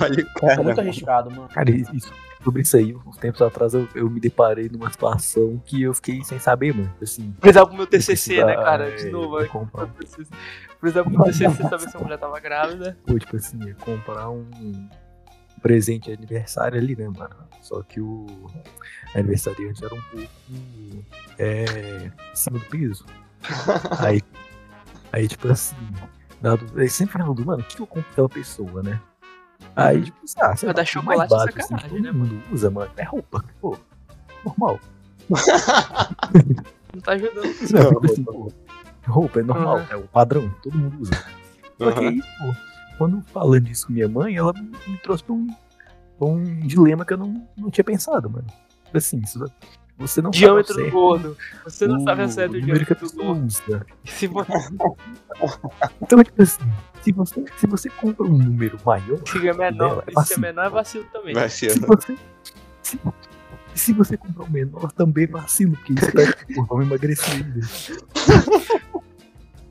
S2: Olha o
S3: É muito
S2: cara.
S3: arriscado, mano.
S6: Cara, isso, sobre isso aí, uns tempos atrás eu, eu me deparei numa situação que eu fiquei sem saber, mano. Assim,
S5: Precisava pro meu TCC, né,
S6: precisar,
S5: cara?
S6: é,
S5: De novo, aí.
S6: comprar-
S5: Precisava pro meu TCC saber se a mulher tava grávida.
S6: Pô, tipo assim, é comprar um presente de aniversário ali, né, mano? Só que o aniversariante era um pouco é, acima do piso. aí, aí, tipo assim, na dúvida- aí sempre na dúvida, mano, o que eu compro daquela pessoa, né? Aí, tipo assim, ah, sei
S5: Mas
S6: lá,
S5: Uhum. dar
S6: o mais
S5: chocolate é
S6: básico, assim, que
S5: sacanagem,
S6: todo mundo usa, mano, é roupa, pô, normal.
S5: Não tá ajudando.
S6: Não, assim, pô, roupa, é normal, é o padrão, todo mundo usa. Só que aí, pô, quando falando isso com minha mãe, ela me trouxe pra um, pra um dilema que eu não, não tinha pensado, mano. Assim, isso- você não sabe ao
S5: Diâmetro do
S6: certo
S5: gordo. Você não
S6: o-
S5: sabe a certo
S6: o
S5: o
S6: número que é a
S5: diâmetro do
S6: pessoa
S5: gordo.
S6: usa.
S5: Se você
S6: Então, tipo assim, se você, se você compra um número maior,
S5: se é menor,
S6: Não, é
S5: se é
S6: vacilo.
S5: menor é vacilo também.
S6: se
S2: Vacilo.
S6: você. Se, se você comprar um menor, também vacilo, porque isso tá porra, vamos emagrecer ainda.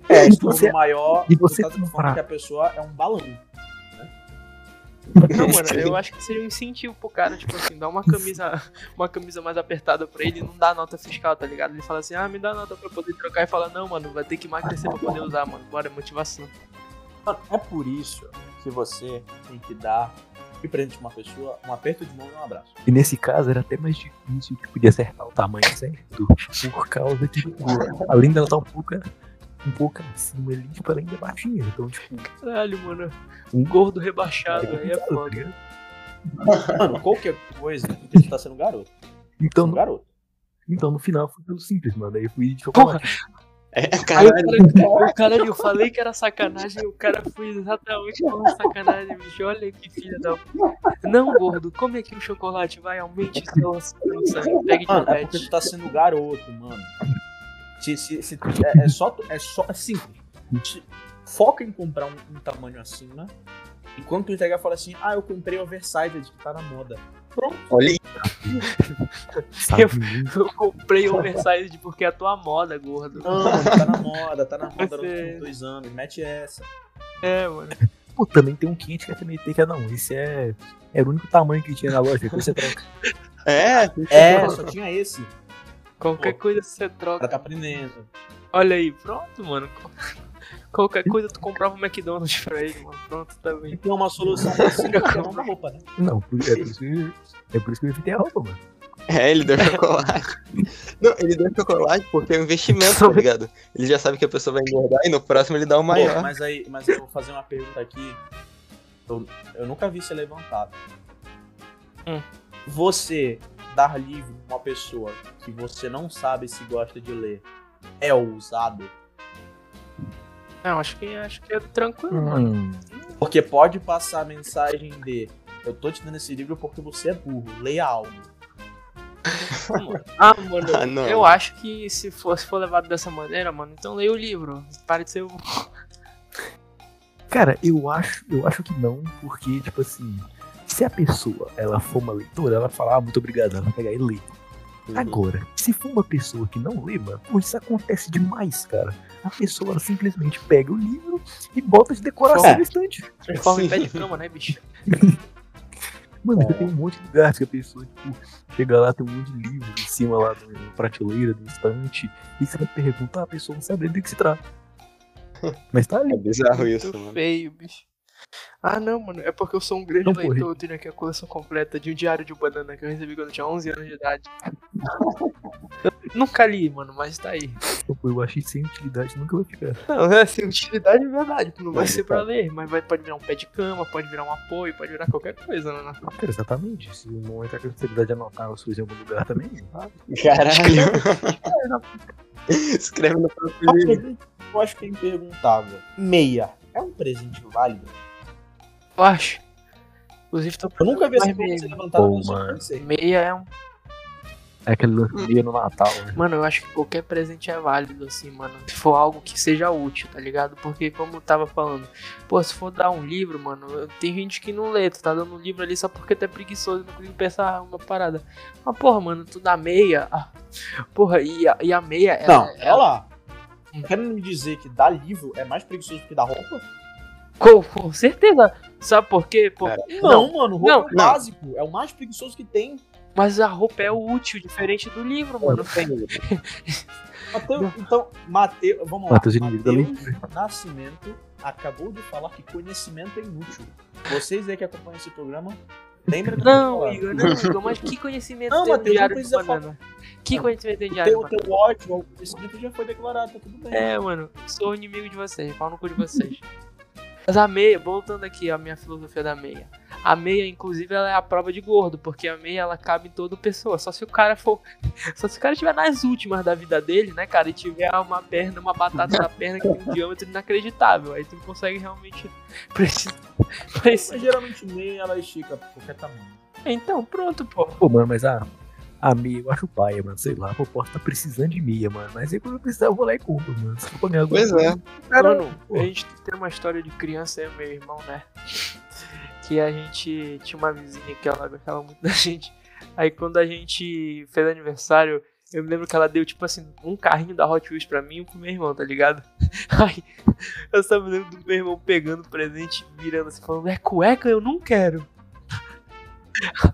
S3: É,
S6: E
S3: se for
S6: você-
S3: no maior,
S6: e você
S3: tá transformando
S6: comprar.
S3: que a pessoa é um balão.
S5: Não, mano, eu acho que seria um incentivo pro cara, tipo assim, dar uma camisa, uma camisa mais apertada pra ele e não dar nota fiscal, tá ligado? Ele fala assim, ah, me dá nota pra eu poder trocar e fala, não, mano, vai ter que emagrecer pra poder usar, mano. Bora, é motivação.
S3: Mano, é por isso que você tem que dar de presente pra uma pessoa um aperto de mão e um abraço.
S6: E nesse caso era até mais difícil tipo, de acertar o tamanho certo, por causa que, tipo, além dela estar um pouco, um pouco acima ali, tipo, ela ainda é baixinha. Então, tipo,
S5: Caralho, mano.
S6: um
S5: Gordo rebaixado aí é foda.
S6: né?
S3: Mano, qualquer coisa, você tá sendo um garoto.
S6: Então,
S3: Um
S6: no,
S3: garoto.
S6: então, no final, foi pelo simples, mano. Aí eu fui de
S5: Porra,
S6: chocolate.
S2: É,
S5: Aí o
S2: caralho.
S5: cara, caralho, eu falei que era sacanagem, o cara foi exatamente falando sacanagem, bicho. Olha que filha da. Não, gordo, come aqui um chocolate, vai, aumente sua sua sangue, pegue
S3: Mano, é porque
S5: diabetes.
S3: tu tá sendo garoto, mano. Se, se, se- é, é só, tu- é só é simples. Se- foca em comprar um, um tamanho acima. Enquanto tu entregar, fala assim: Ah, eu comprei oversized, que tá na moda. Pronto.
S2: Olha aí.
S6: Sabe,
S5: eu- Eu comprei oversized porque é a tua moda, gordo.
S3: Não, mano, tá na moda, tá na
S5: Você-
S3: moda, garoto de dois anos, mete essa.
S5: É, mano.
S6: Pô, também tem um quente que é TNT que é não. Esse é. Era o único tamanho que tinha na loja. Depois você troca.
S2: É,
S3: É, só tinha esse.
S5: Qualquer
S3: Pô.
S5: coisa você troca.
S3: Tá tá aprendendo.
S5: Olha aí, pronto, mano. Qualquer coisa tu comprava um McDonald's pra ele, mano. Pronto tá também.
S3: E tem uma solução assim, é uma roupa, né?
S6: Não, por- é por isso que, é por isso que eu evitei a roupa, mano.
S2: é, ele deu chocolate. Não, ele deu chocolate porque é um investimento, tá ligado? Ele já sabe que a pessoa vai engordar e no próximo ele dá o
S3: Pô,
S2: maior.
S3: mas aí, mas eu vou fazer uma pergunta aqui. Eu, eu nunca vi ser levantado.
S5: Hum.
S3: Você dar livro pra uma pessoa que você não sabe se gosta de ler é ousado?
S5: Não, acho que, acho que é tranquilo, mano.
S6: Hum,
S3: Porque pode passar a mensagem de eu tô te dando esse livro porque você é burro, leia algo.
S5: Ah, mano,
S2: Ah, não.
S5: eu acho que se for, se for levado dessa maneira, mano, então leia o livro. Pare de ser um o.
S6: Cara, eu acho, eu acho que não, porque, tipo assim, se a pessoa ela for uma leitora, ela fala, ah, muito obrigado, ela vai pegar e ler.
S5: tá
S6: Agora, se for uma pessoa que não lê, mano, pô, isso acontece demais, cara. A pessoa ela simplesmente pega o livro e bota de decoração
S3: É.
S6: no estante.
S5: Transforma em
S2: Sim.
S5: pé de cama, né, bicho?
S6: Mano, você tem um monte de lugares que a pessoa, tipo, chega lá, tem um monte de livro em cima lá da prateleira, do estante, e você vai perguntar, a pessoa não sabe nem do que se trata. Mas tá
S2: É
S6: ali.
S2: bizarro isso,
S5: Muito
S2: mano.
S5: feio, bicho. Ah, não, mano, é porque eu sou um grande
S6: Não, porra.
S5: leitor. Eu tenho aqui a coleção completa de um diário de banana que eu recebi quando eu tinha 11 anos de idade. Eu nunca li, mano, mas tá aí.
S6: Pô, Tipo, eu achei sem utilidade, nunca vai ficar.
S5: Não, é assim, utilidade é verdade. Não vai
S2: Não,
S5: ser
S2: tá.
S5: pra ler, mas vai, pode virar um pé de cama, pode virar um apoio, pode virar qualquer coisa, né?
S6: Ah, Cara, exatamente. Se não entrar com a possibilidade de anotar as coisas em algum lugar também, ah,
S2: Caralho. Escreve no próprio
S3: Uma
S2: livro.
S3: pergunta que Eu acho que é imperguntável. Meia é um presente válido?
S5: Eu acho. Inclusive, tô
S3: Eu nunca vi essa
S5: Mas
S3: pergunta ser
S5: meia.
S3: levantada.
S6: Pô,
S3: mas eu
S6: mano.
S3: não sei.
S5: Meia é um.
S6: é aquele lance meio no Natal, né?
S5: Mano, eu acho que qualquer presente é válido, assim, mano. Se for algo que seja útil, tá ligado? Porque, como eu tava falando, pô, se for dar um livro, mano, eu- tem gente que não lê, tu tá dando um livro ali só porque tu é preguiçoso e não consegue pensar uma parada. Mas, porra, mano, tu dá meia. ah, Porra, e a, e a meia.
S3: Não,
S5: ela, é
S3: olha
S5: ela,
S3: lá. Querendo me dizer que dar livro é mais preguiçoso que dar roupa?
S5: com, com certeza. Sabe por quê? Porque,
S3: Não, mano, roupa
S5: Não,
S3: é o
S2: não.
S3: básico, é o mais preguiçoso que tem.
S5: Mas a roupa é útil, diferente do livro, mano.
S3: Mateu, então, Mateus, vamos lá.
S6: Matheus Inimigo da
S3: Mateus
S6: Leitura.
S3: Nascimento acabou de falar que conhecimento é inútil. Vocês aí que acompanham esse programa, lembra do
S5: Não,
S3: que eu tô
S5: Igor, não, é, Igor, mas que conhecimento
S3: Não,
S5: tem no
S3: Matheus, não
S5: diário de
S3: precisa falar.
S5: banana? Que
S3: Não.
S5: conhecimento tem no diário de
S3: falando?
S5: banana?
S3: Teu, teu ódio ao conhecimento já foi declarado, tá tudo bem.
S5: É, mano, sou inimigo de vocês, pau no cu de vocês. Mas a meia, voltando aqui à minha filosofia da meia. A meia, inclusive, ela é a prova de gordo, porque a meia ela cabe em toda pessoa. Só se o cara for. Só se o cara estiver nas últimas da vida dele, né, cara? E tiver uma perna, uma batata na perna que tem um diâmetro inacreditável. Aí tu consegue realmente. pra esse- pra esse-
S3: Mas geralmente nem ela estica pra qualquer tamanho.
S5: Então, pronto, pô.
S6: Pô, mano, mas a, a meia eu acho paia, mano. Sei lá, pô, posso tá precisando de meia, mano. Mas aí quando eu precisar eu vou lá e compro, mano. Se for pra ganhar alguma
S2: Pois é.
S6: Cara,
S5: Mano, a gente tem uma história de criança, eu e meu irmão, né? Que a gente tinha uma vizinha que ela gostava muito da gente. Aí quando a gente fez aniversário, eu me lembro que ela deu, tipo assim, um carrinho da Hot Wheels pra mim e um pro meu irmão, tá ligado? Aí eu só me lembro do meu irmão pegando o presente, virando assim, falando, é cueca, eu não quero. Tipo, Coisa tipo
S3: é.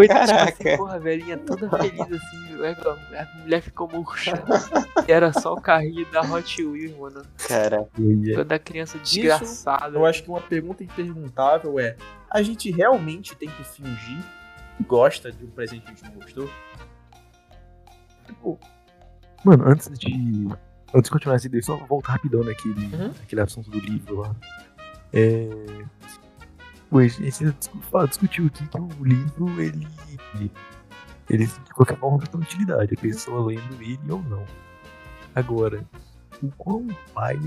S5: assim,
S2: Caraca.
S5: porra, a velhinha toda feliz assim, né? a mulher ficou murcha. E era só o carrinho da Hot Wheels, mano.
S2: Cara,
S6: meia.
S5: Toda criança desgraçada.
S3: Eu acho que uma pergunta imperguntável é: a gente realmente tem que fingir que gosta de um presente que a gente não gostou?
S6: Mano, antes de. Antes de continuar essa ideia, só voltar rapidão naquele,
S3: Uhum.
S6: naquele assunto do livro lá. É. Pois, a gente discu- fala- discutiu aqui que o livro, ele. Ele, de qualquer forma, tem utilidade, a pessoa lendo ele ou não. Agora, o quão paia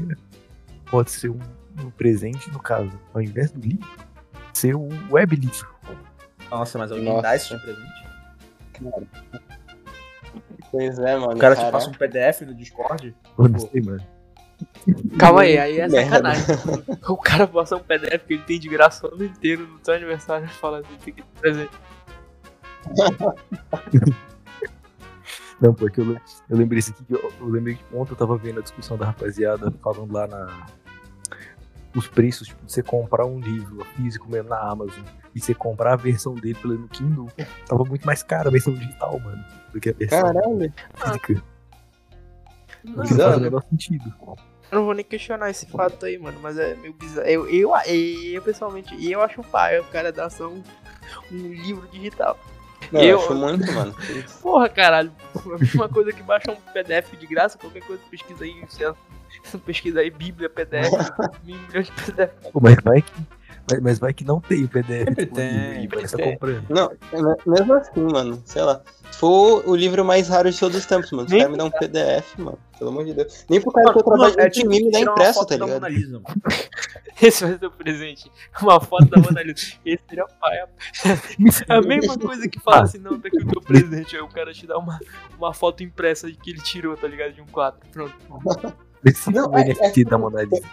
S6: pode ser um, um presente, no caso, ao invés do livro, ser um web livro.
S3: Nossa, mas alguém
S2: Nossa.
S3: dá esse tipo de presente?
S2: pois é, mano.
S3: O cara te
S2: caraca.
S3: passa um PDF no Discord?
S6: Mano, não sei, mano.
S5: Calma aí, aí é
S2: Merda.
S5: sacanagem. o cara passa um PDF que ele tem de graça o ano inteiro no seu aniversário e fala assim, tem que te presente.
S6: Não, porque eu, lem- eu lembrei isso aqui, que eu, eu lembrei que ontem eu tava vendo a discussão da rapaziada falando lá na. Os preços, tipo, de você comprar um livro físico mesmo na Amazon e você comprar a versão dele pelo no Kindle, tava muito mais caro a versão digital, mano, do que a versão
S2: Caralho.
S6: física.
S5: Não,
S6: Não, não faz o
S2: bizarro.
S6: menor sentido.
S5: eu não vou nem questionar esse fato aí, mano, mas é meio bizarro. Eu, eu, eu, pessoalmente, eu acho pai, o cara dá só um, um livro digital.
S2: Não,
S5: Eu-
S2: eu acho muito, mano.
S5: Porra, caralho, a mesma coisa que baixar um PDF de graça, qualquer coisa, pesquisa aí, sei lá, pesquisa aí, Bíblia, PDF, mil milhões de PDF.
S6: Pô, mas vai que. Mas, mas vai que não tem o PDF
S3: Sempre
S6: disponível
S3: tem,
S6: e você tá
S5: tem.
S6: comprando.
S2: Não, é mesmo assim, mano, sei lá. Se for o livro mais raro de todos os tempos, mano, se
S5: Nem
S2: vai me dar um PDF, mano. Pelo amor de Deus. Nem pro cara que eu trabalho
S3: Mano, é
S2: junto de mim me dá
S3: tirar uma
S2: impresso,
S3: foto
S2: tá
S3: da
S2: ligado?
S3: Mona Lisa, mano.
S5: Esse vai ser o presente. Uma foto da Mona Lisa. Esse seria o pai. É a mesma coisa que fala assim, não, tá aqui o teu presente. Aí o cara te dá uma, uma foto impressa de que ele tirou, tá ligado? De um quadro. Pronto.
S6: Esse
S2: Não,
S6: não,
S2: é-
S6: NFT
S2: é-
S6: da Mona Lisa.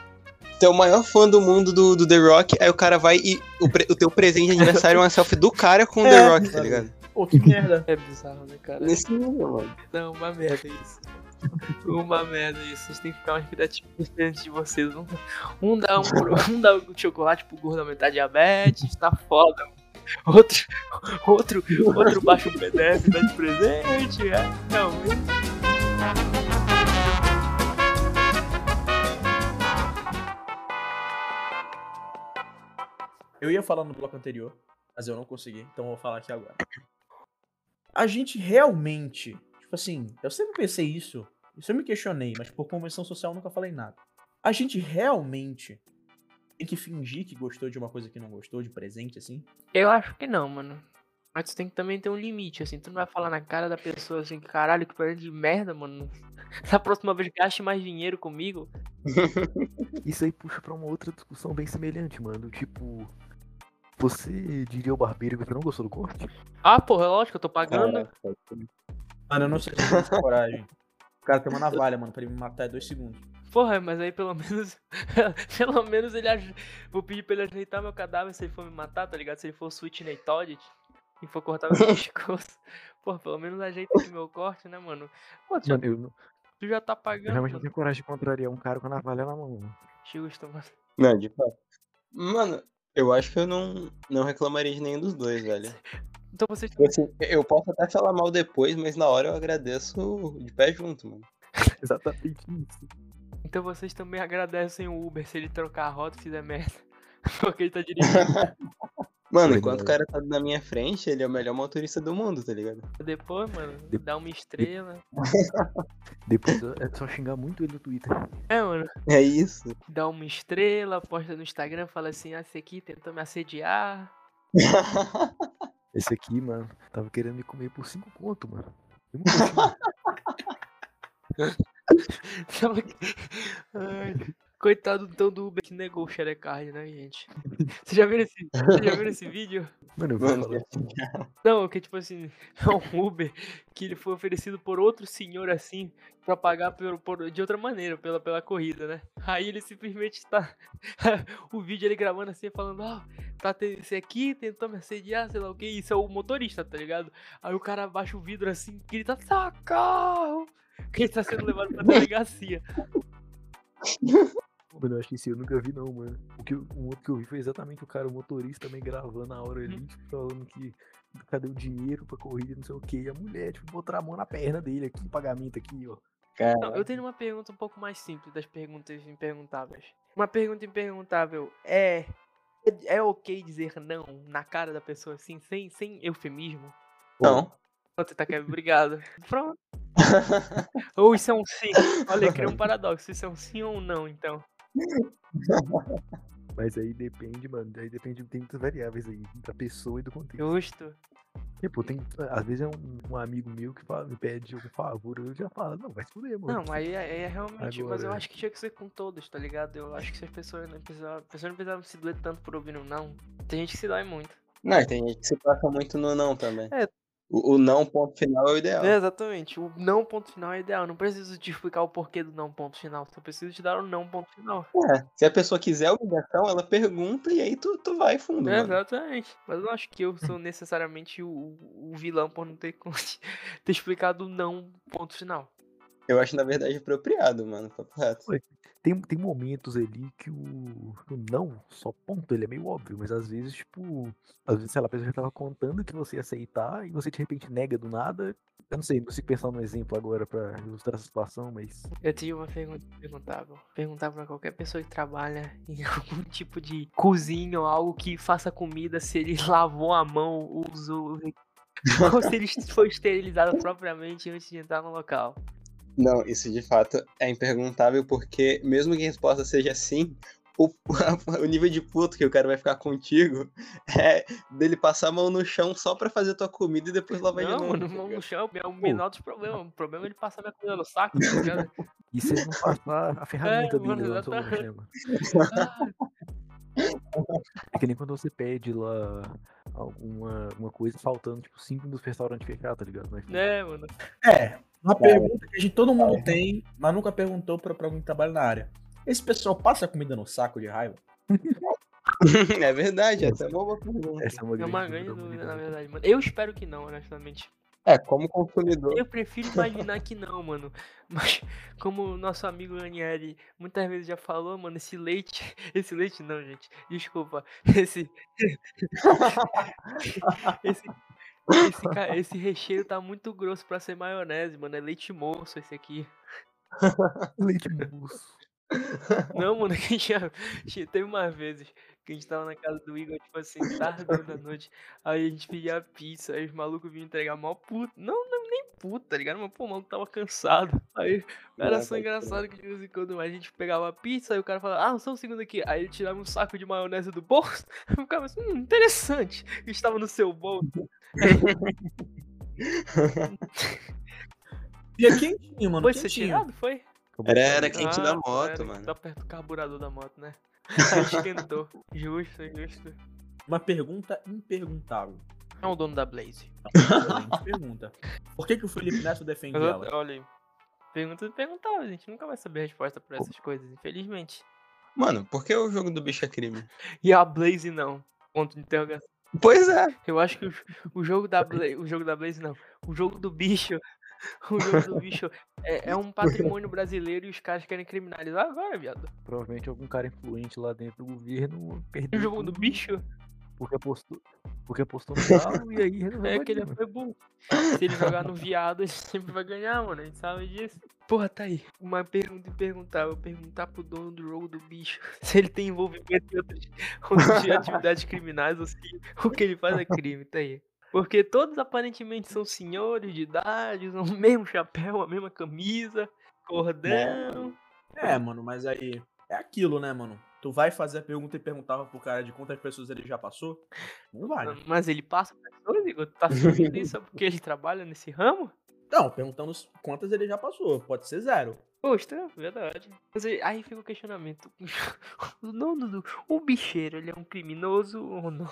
S2: Tu é o maior fã do mundo do, do The Rock, aí o cara vai e o, pre- o teu presente de aniversário é uma selfie do cara com o The
S3: É.
S2: Rock, tá ligado?
S3: Pô, que merda.
S5: É bizarro, né, cara?
S2: Nesse nível, mano.
S5: Não, uma merda isso. Uma merda isso. Vocês têm que ficar mais criativos diferente de vocês. Um, um dá um, pro- um dá um chocolate pro gordo aumentar a diabetes, tá foda. Outro, outro, outro baixa um PDF e dá de presente. É, não,
S3: Eu ia falar no bloco anterior, mas eu não consegui, então eu vou falar aqui agora. A gente realmente, tipo assim, eu sempre pensei isso, isso eu me questionei, mas por convenção social eu nunca falei nada. A gente realmente tem que fingir que gostou de uma coisa que não gostou, de presente, assim?
S5: Eu acho que não, mano. Mas tu tem que também ter um limite, assim. Tu não vai falar na cara da pessoa assim, caralho, que presente de merda, mano. Da próxima vez gaste mais dinheiro comigo.
S6: Isso aí puxa pra uma outra discussão bem semelhante, mano. Tipo, você diria ao barbeiro que você não gostou do corte?
S5: Ah, porra, lógico, eu tô pagando.
S3: Mano, eu não sei se eu tenho coragem. O cara tem uma navalha, mano, pra ele me matar em dois segundos.
S5: Porra, mas aí pelo menos. pelo menos ele. aj- Vou pedir pra ele ajeitar meu cadáver se ele for me matar, tá ligado? Se ele for Switch Ney Todd e for cortar meu pescoço. Porra, pelo menos ajeita aqui meu corte, né, mano? Pô, tu, já,
S6: Mano, eu, não-
S5: tu já tá
S6: eu
S5: pagando.
S6: realmente
S5: mano.
S6: não tenho coragem de contrariar um cara com a navalha na mão. mano.
S5: Justo, mano.
S2: Não, de fato. Mano, eu acho que eu não, não reclamaria de nenhum dos dois, velho.
S5: Então vocês
S2: Tipo assim, eu posso até falar mal depois, mas na hora eu agradeço de pé junto, mano.
S6: Exatamente isso.
S5: Então vocês também agradecem o Uber se ele trocar a rota e fizer merda. Porque ele tá dirigindo.
S2: Mano,
S6: Verdade.
S2: enquanto o cara tá na minha frente, ele é o melhor motorista do mundo, tá ligado?
S5: Depois, mano,
S6: De-
S5: dá uma estrela.
S6: Depois é só xingar muito ele no Twitter.
S5: É, mano,
S2: É isso.
S5: dá uma estrela, posta no Instagram, fala assim, ah, esse aqui tentou me assediar.
S6: Esse aqui, mano, tava querendo me comer por 5 conto, mano. Eu não consigo.
S5: Tava- Ai, Coitado então do Uber que negou o Sharecard, né, gente? Vocês já viram esse, vocês já viram esse vídeo?
S6: Mano, eu vou
S2: Mano,
S6: falar.
S5: Não, que tipo assim, é um Uber que ele foi oferecido por outro senhor assim pra pagar por, por- de outra maneira pela, pela corrida, né? Aí ele simplesmente tá. o vídeo ele gravando assim, falando, ah, tá te- esse aqui, tentou me assediar, sei lá o que, isso é o motorista, tá ligado? Aí o cara abaixa o vidro assim, grita, socorro! Que ele tá sendo levado pra delegacia.
S6: assim, Mano, eu acho que esse eu nunca vi, não, mano. O, que, eu- o outro que eu vi foi exatamente o cara, o motorista também gravando a hora ali, tipo, falando que cadê o dinheiro pra corrida, não sei o quê. E a mulher, tipo, botar a mão na perna dele aqui, pagamento aqui, ó.
S5: Não, eu tenho uma pergunta um pouco mais simples das perguntas imperguntáveis. Uma pergunta imperguntável é. é- É ok dizer não na cara da pessoa assim, sem, sem eufemismo?
S2: Não.
S5: Ó, Você tá aqui, obrigado. Pronto. ou isso é um sim. Olha, criou um paradoxo. Isso é um sim ou um não, então.
S6: Mas aí depende, mano. Aí depende, tem muitas variáveis aí, da pessoa e do contexto.
S5: Justo.
S6: Tipo, tem. Às vezes é um, um amigo meu que fala- me pede algum favor, eu já falo, não, vai se fuder, mano.
S5: Não, aí, aí é realmente. Mas eu
S6: Agora-
S5: acho que tinha que ser com todos, tá ligado? Eu acho que se as pessoas não precisavam, as pessoas não precisavam se doer tanto por ouvir um não. Tem gente que se dói muito.
S2: Não, e tem gente que se passa muito no não também.
S5: É.
S2: O, o não, ponto final, é o ideal.
S5: É, exatamente. O não ponto final é ideal. Não preciso te explicar o porquê do não ponto final. Só preciso te dar o não ponto final.
S2: É, Se a pessoa quiser obrigação, ela pergunta e aí tu, tu vai fundo,
S5: É,
S2: mano.
S5: exatamente. Mas eu não acho que eu sou necessariamente o, o- o vilão por não ter, con- ter explicado o não ponto final.
S2: Eu acho, na verdade, apropriado, mano. papo reto.
S6: Tem, tem momentos ali que o, que o não, só ponto, ele é meio óbvio, mas às vezes, tipo, às vezes, sei lá, a pessoa já tava contando que você ia aceitar e você de repente nega do nada. Eu não sei, não consigo pensar num exemplo agora pra ilustrar essa situação, mas.
S5: Eu tinha uma pergunta perguntável. Perguntar pra qualquer pessoa que trabalha em algum tipo de cozinha ou algo que faça comida se ele lavou a mão ou usou. ou se ele foi esterilizado propriamente antes de entrar no local.
S2: Não, isso de fato é imperguntável, porque mesmo que a resposta seja sim, o, o nível de puto que o cara vai ficar contigo é dele passar a mão no chão só pra fazer tua comida e depois lavar de
S5: Não,
S2: novo.
S5: mano,
S2: tá
S5: mão
S2: ligado?
S5: no chão é o menor dos problemas. O problema é ele passar minha comida no saco, tá ligado?
S6: E se ele não passar a ferramenta dele
S5: É, mano,
S6: lá no seu lanche,
S5: exatamente.
S6: né, mano?
S5: Ah,
S6: É que nem quando você pede lá alguma uma coisa faltando, tipo, cinco minutos pro restaurante fechar, tá ligado? Mas,
S5: né, mano?
S3: É, uma pergunta que a gente, todo mundo tem, mas nunca perguntou pra, pra alguém que trabalha na área. Esse pessoal passa comida no saco de raiva?
S2: é verdade, essa é uma boa pergunta.
S6: Essa é uma
S5: É
S6: grande,
S5: uma grande dúvida, na verdade, mano. Eu espero que não, honestamente.
S2: É, como consumidor.
S5: Eu prefiro imaginar que não, mano. Mas, como o nosso amigo Ranieri muitas vezes já falou, mano, esse leite. Esse leite não, gente. Desculpa. Esse. esse... Esse, ca- esse recheio tá muito grosso pra ser maionese, mano. É leite moço esse aqui.
S6: Leite moço.
S5: Não, mano, que já, já teve umas vezes que a gente tava na casa do Igor, tipo assim, tardão da noite. Aí a gente pedia pizza, aí os malucos vinham entregar mó puto. Não, não nem puto, tá ligado? Mas pô, o maluco tava cansado. Aí era
S2: É,
S5: só
S2: pode
S5: engraçado que de vez em quando a gente pegava a pizza e o cara falava, ah, só um segundo aqui. Aí ele tirava um saco de maionese do bolso. Eu ficava assim, hum, interessante. Estava no seu bolso.
S3: E é quentinho, mano.
S5: Foi ser
S3: Quentinho.
S5: tirado? Foi?
S2: Era, era quente da
S5: Ah,
S2: moto,
S5: era que
S2: mano.
S5: Tá perto do carburador da moto, né? Aí esquentou. Justo, justo.
S3: Uma pergunta imperguntável.
S5: É o dono da Blaze.
S3: Excelente pergunta. Por que, que o Felipe Neto defende
S5: Mas
S3: ela?
S5: eu- olha aí. Pergunta do perguntar, a gente nunca vai saber a resposta pra essas coisas, infelizmente.
S2: Mano, por que o jogo do bicho é crime?
S5: E a Blaze não. Ponto de interrogação.
S2: Pois é.
S5: Eu acho que o, o jogo da Blaze. O jogo da Blaze não. O jogo do bicho. O jogo do bicho é, é um patrimônio brasileiro e os caras querem criminalizar agora, viado.
S6: Provavelmente algum cara influente lá dentro do governo
S5: E
S6: perdeu.
S5: o jogo do
S6: tudo.
S5: bicho?
S6: Porque postou, porque postou no tal e aí resolveu.
S5: É que ele
S6: bater, mano.
S5: foi burro. Se ele jogar no viado, ele sempre vai ganhar, mano. A gente sabe disso. Porra, tá aí. Uma pergunta imperguntável. Perguntar pro dono do jogo do bicho se ele tem envolvimento em outras, outras atividades criminais ou se o que ele faz é crime. Tá aí. Porque todos aparentemente são senhores de idade, usam o mesmo chapéu, a mesma camisa, cordão.
S3: É, mano, mas aí é aquilo, né, mano? Tu vai fazer a pergunta e perguntava pro cara de quantas pessoas ele já passou? Não vale.
S5: Mas ele passa pessoas, Igor? Tu tá subindo isso só porque ele trabalha nesse ramo?
S3: Não, perguntando quantas ele já passou. Pode ser zero.
S5: Poxa, verdade. Mas aí, aí fica o questionamento. O dono do. O bicheiro, ele é um criminoso ou não?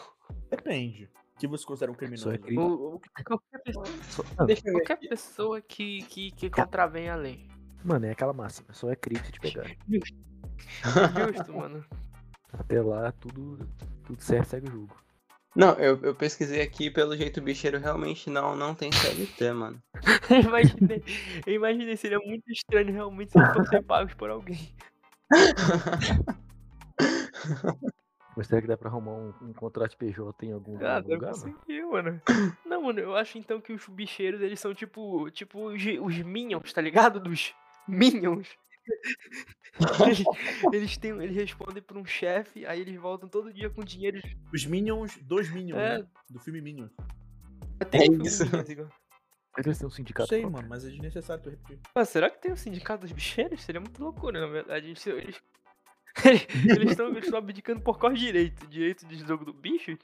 S3: Depende. O que você considera um criminoso?
S6: Só é crime.
S5: O- o- qualquer pessoa,
S6: Só- não,
S2: Deixa eu ver.
S5: qualquer pessoa que, que, que contravém a lei.
S6: Mano, é aquela máxima. Só é crime se te pegar.
S5: Justo, mano.
S6: Até lá, tudo, tudo certo, segue o jogo.
S2: Não, eu, eu pesquisei aqui, pelo jeito o bicheiro realmente não, não tem CLT, mano.
S5: Eu imaginei, eu imaginei, seria muito estranho realmente se eles fossem pagos por alguém.
S6: Mas será que dá pra arrumar um, um contrato de PJ em algum,
S5: Ah,
S6: algum
S5: deve
S6: lugar, mano?
S5: conseguir, mano. Não, mano, eu acho então que os bicheiros, eles são tipo, tipo os, os minions, tá ligado? Dos minions. Eles, eles têm, eles respondem pra um chefe, aí eles voltam todo dia com dinheiro.
S3: Os Minions, dois Minions,
S5: É.
S3: né? Do filme Minions.
S5: Tem
S2: É
S5: um filme
S2: isso.
S5: Minions, Igor.
S6: Será que eles têm um
S3: Não
S6: sindicato
S3: sei,
S6: próprio?
S3: mano, mas é desnecessário tu repetir.
S5: Mas será que tem um sindicato dos bicheiros? Seria muito loucura, na verdade. Eles eles- eles estão eles tão abdicando por qual direito? Direito de jogo do bicho?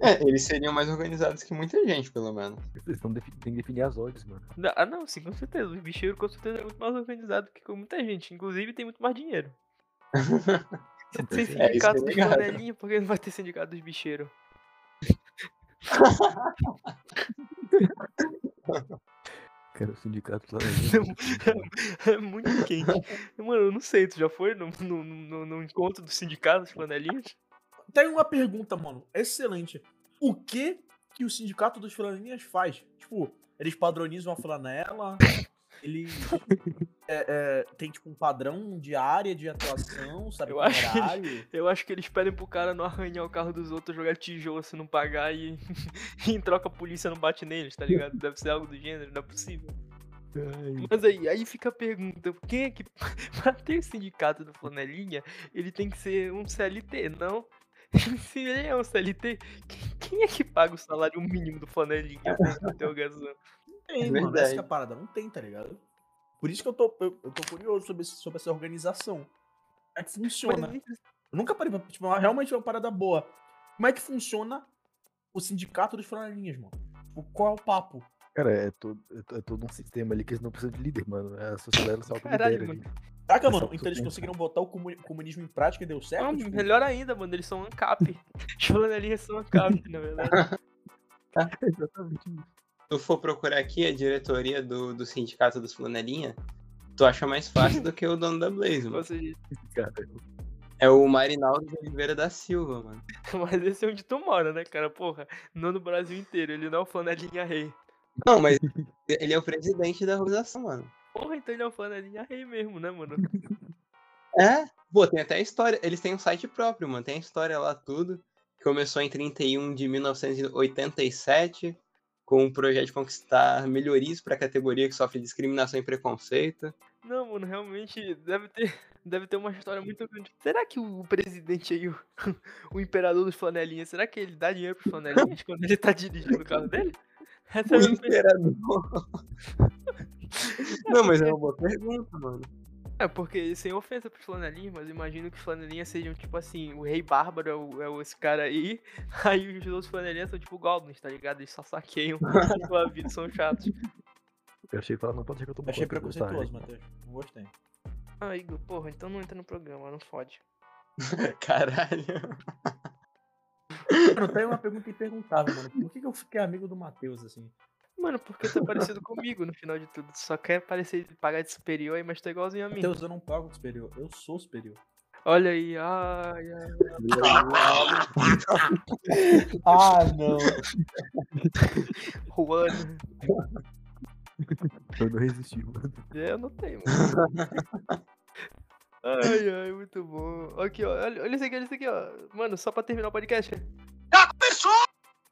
S2: É, eles seriam mais organizados que muita gente, pelo menos.
S6: Eles tão defi- têm que definir as ordens, mano.
S5: Na- Ah, não, sim, com certeza. Os bicheiros, com certeza, é muito mais organizado que com muita gente. Inclusive, tem muito mais dinheiro. Se tem
S6: isso
S2: é
S5: sindicato dos
S2: ligado.
S5: panelinhos, por que não vai ter sindicato dos bicheiros?
S6: Cara, o sindicato tá lá.
S5: É muito quente. Mano, eu não sei, tu já foi no, no, no, no encontro do sindicato dos panelinhos?
S3: Tem uma pergunta, mano, excelente. O que que o sindicato dos flanelinhas faz? Tipo, eles padronizam a flanela, eles é, é, tem tipo um padrão de área de atuação, sabe?
S5: Eu
S3: com
S5: acho que
S3: horário.
S5: Eu acho que eles pedem pro cara não arranhar o carro dos outros, jogar tijolo se não pagar e, e em troca a polícia não bate neles, tá ligado? Deve ser algo do gênero, não é possível. Mas aí, aí fica a pergunta, quem é que. pra ter o sindicato do Flanelinha, ele tem que ser um CLT, não? Se ele é um CLT, quem, quem é que paga o salário mínimo do Flanelinha? Ponto de interrogação.
S3: Tem,
S2: É
S3: mano, essa
S2: verdade.
S3: que é a parada, não tem, tá ligado? Por isso que eu tô, eu, eu tô curioso sobre, esse- sobre essa organização. Como é que funciona?
S5: Mas
S3: Eu nunca parei pra. Tipo, é realmente uma parada boa. Como é que funciona o sindicato dos flanelinhas, mano? Tipo, qual é o papo?
S6: Cara, é todo, é to- é todo um sistema ali que eles não precisam de líder, mano. É A sociedade só que
S5: Caralho,
S6: lidera ali.
S3: Caraca,
S6: Essa
S3: mano,
S6: opção
S3: então eles
S6: tem.
S3: conseguiram botar o comuni- comunismo em prática e deu certo?
S5: não,
S3: Tipo,
S5: É melhor ainda, mano, eles são ANCAP. Os Flanelinhas são ANCAP, na verdade.
S6: Exatamente. isso.
S2: tu for procurar aqui a diretoria do, do sindicato dos Flanelinha, tu acha mais fácil do que o dono da Blaze,
S5: Ou
S2: mano.
S5: seja,
S6: Cara,
S2: É o Marinaldo de Oliveira da Silva, mano.
S5: Mas esse é onde tu mora, né, cara? Porra, não no Brasil inteiro, ele não é o flanelinha rei.
S2: Não, mas ele é o presidente da organização, mano.
S5: Porra, então ele é o flanelinha rei mesmo, né, mano?
S2: É? Pô, tem até a história. Eles têm um site próprio, mano. Tem a história lá, tudo. Começou em 31 de 1987, com um projeto de conquistar melhorias para a categoria que sofre discriminação e preconceito.
S5: Não, mano, realmente deve ter, deve ter uma história muito grande. Será que o presidente aí, o, o imperador dos flanelinhas, será que ele dá dinheiro pros flanelinhas quando ele tá dirigindo o carro dele?
S2: O
S5: Essa é a minha pergunta.
S2: imperador. Não, mas é uma boa pergunta, mano.
S5: É, porque sem ofensa pros flanelinhas, mas eu imagino que os flanelinhas sejam tipo assim, o rei bárbaro é, o, é o- esse cara aí, aí os outros flanelinhas são tipo goblins, tá ligado? Eles só saqueiam a sua vida, são chatos.
S6: eu achei que falar, não pode ser que eu tô
S3: Achei
S6: contra, tá?
S3: preconceituoso, Matheus. Não gostei.
S5: Ah, Igor, porra, então não entra no programa, não fode.
S2: Caralho.
S3: Mano, tem uma pergunta imperguntável, mano. Por que, que eu fiquei amigo do Matheus, assim?
S5: Mano, porque tu é parecido comigo no final de tudo. Tu só quer parecer pagar de superior aí, mas tu é igualzinho a mim.
S3: Matheus, eu não pago superior. Eu sou superior.
S5: Olha aí, ai, ai.
S3: Ah, não.
S5: Juan.
S6: Eu não resisti, mano.
S5: É, Eu notei, mano. Ai, ai, muito bom. Aqui, ó, olha, olha isso aqui, olha isso aqui, ó. Mano, só pra terminar o podcast.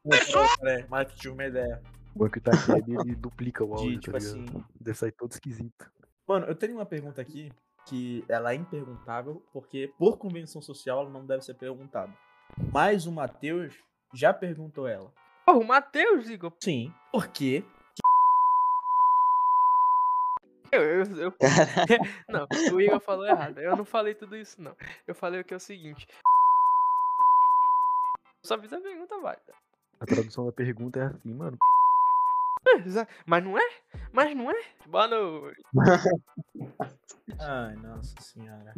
S3: Peraí, é, mas tive uma ideia.
S6: O banco tá aqui, ele, ele duplica
S3: De,
S6: o áudio,
S3: tipo
S6: tá ligado?
S3: assim-
S6: Deve sair todo esquisito.
S3: Mano, eu tenho uma pergunta aqui que ela é imperguntável, porque por convenção social ela não deve ser perguntada. Mas o Matheus já perguntou ela.
S5: Porra, o Matheus, Igor.
S3: Sim. Por quê?
S5: Eu, eu- eu- não, o Igor falou errado. Eu não falei tudo isso, não. Eu falei o que é o seguinte. Só fiz a pergunta válida.
S6: A tradução da pergunta é assim, mano.
S5: Mas não é? Mas não é? Boa noite.
S3: Ai, nossa senhora.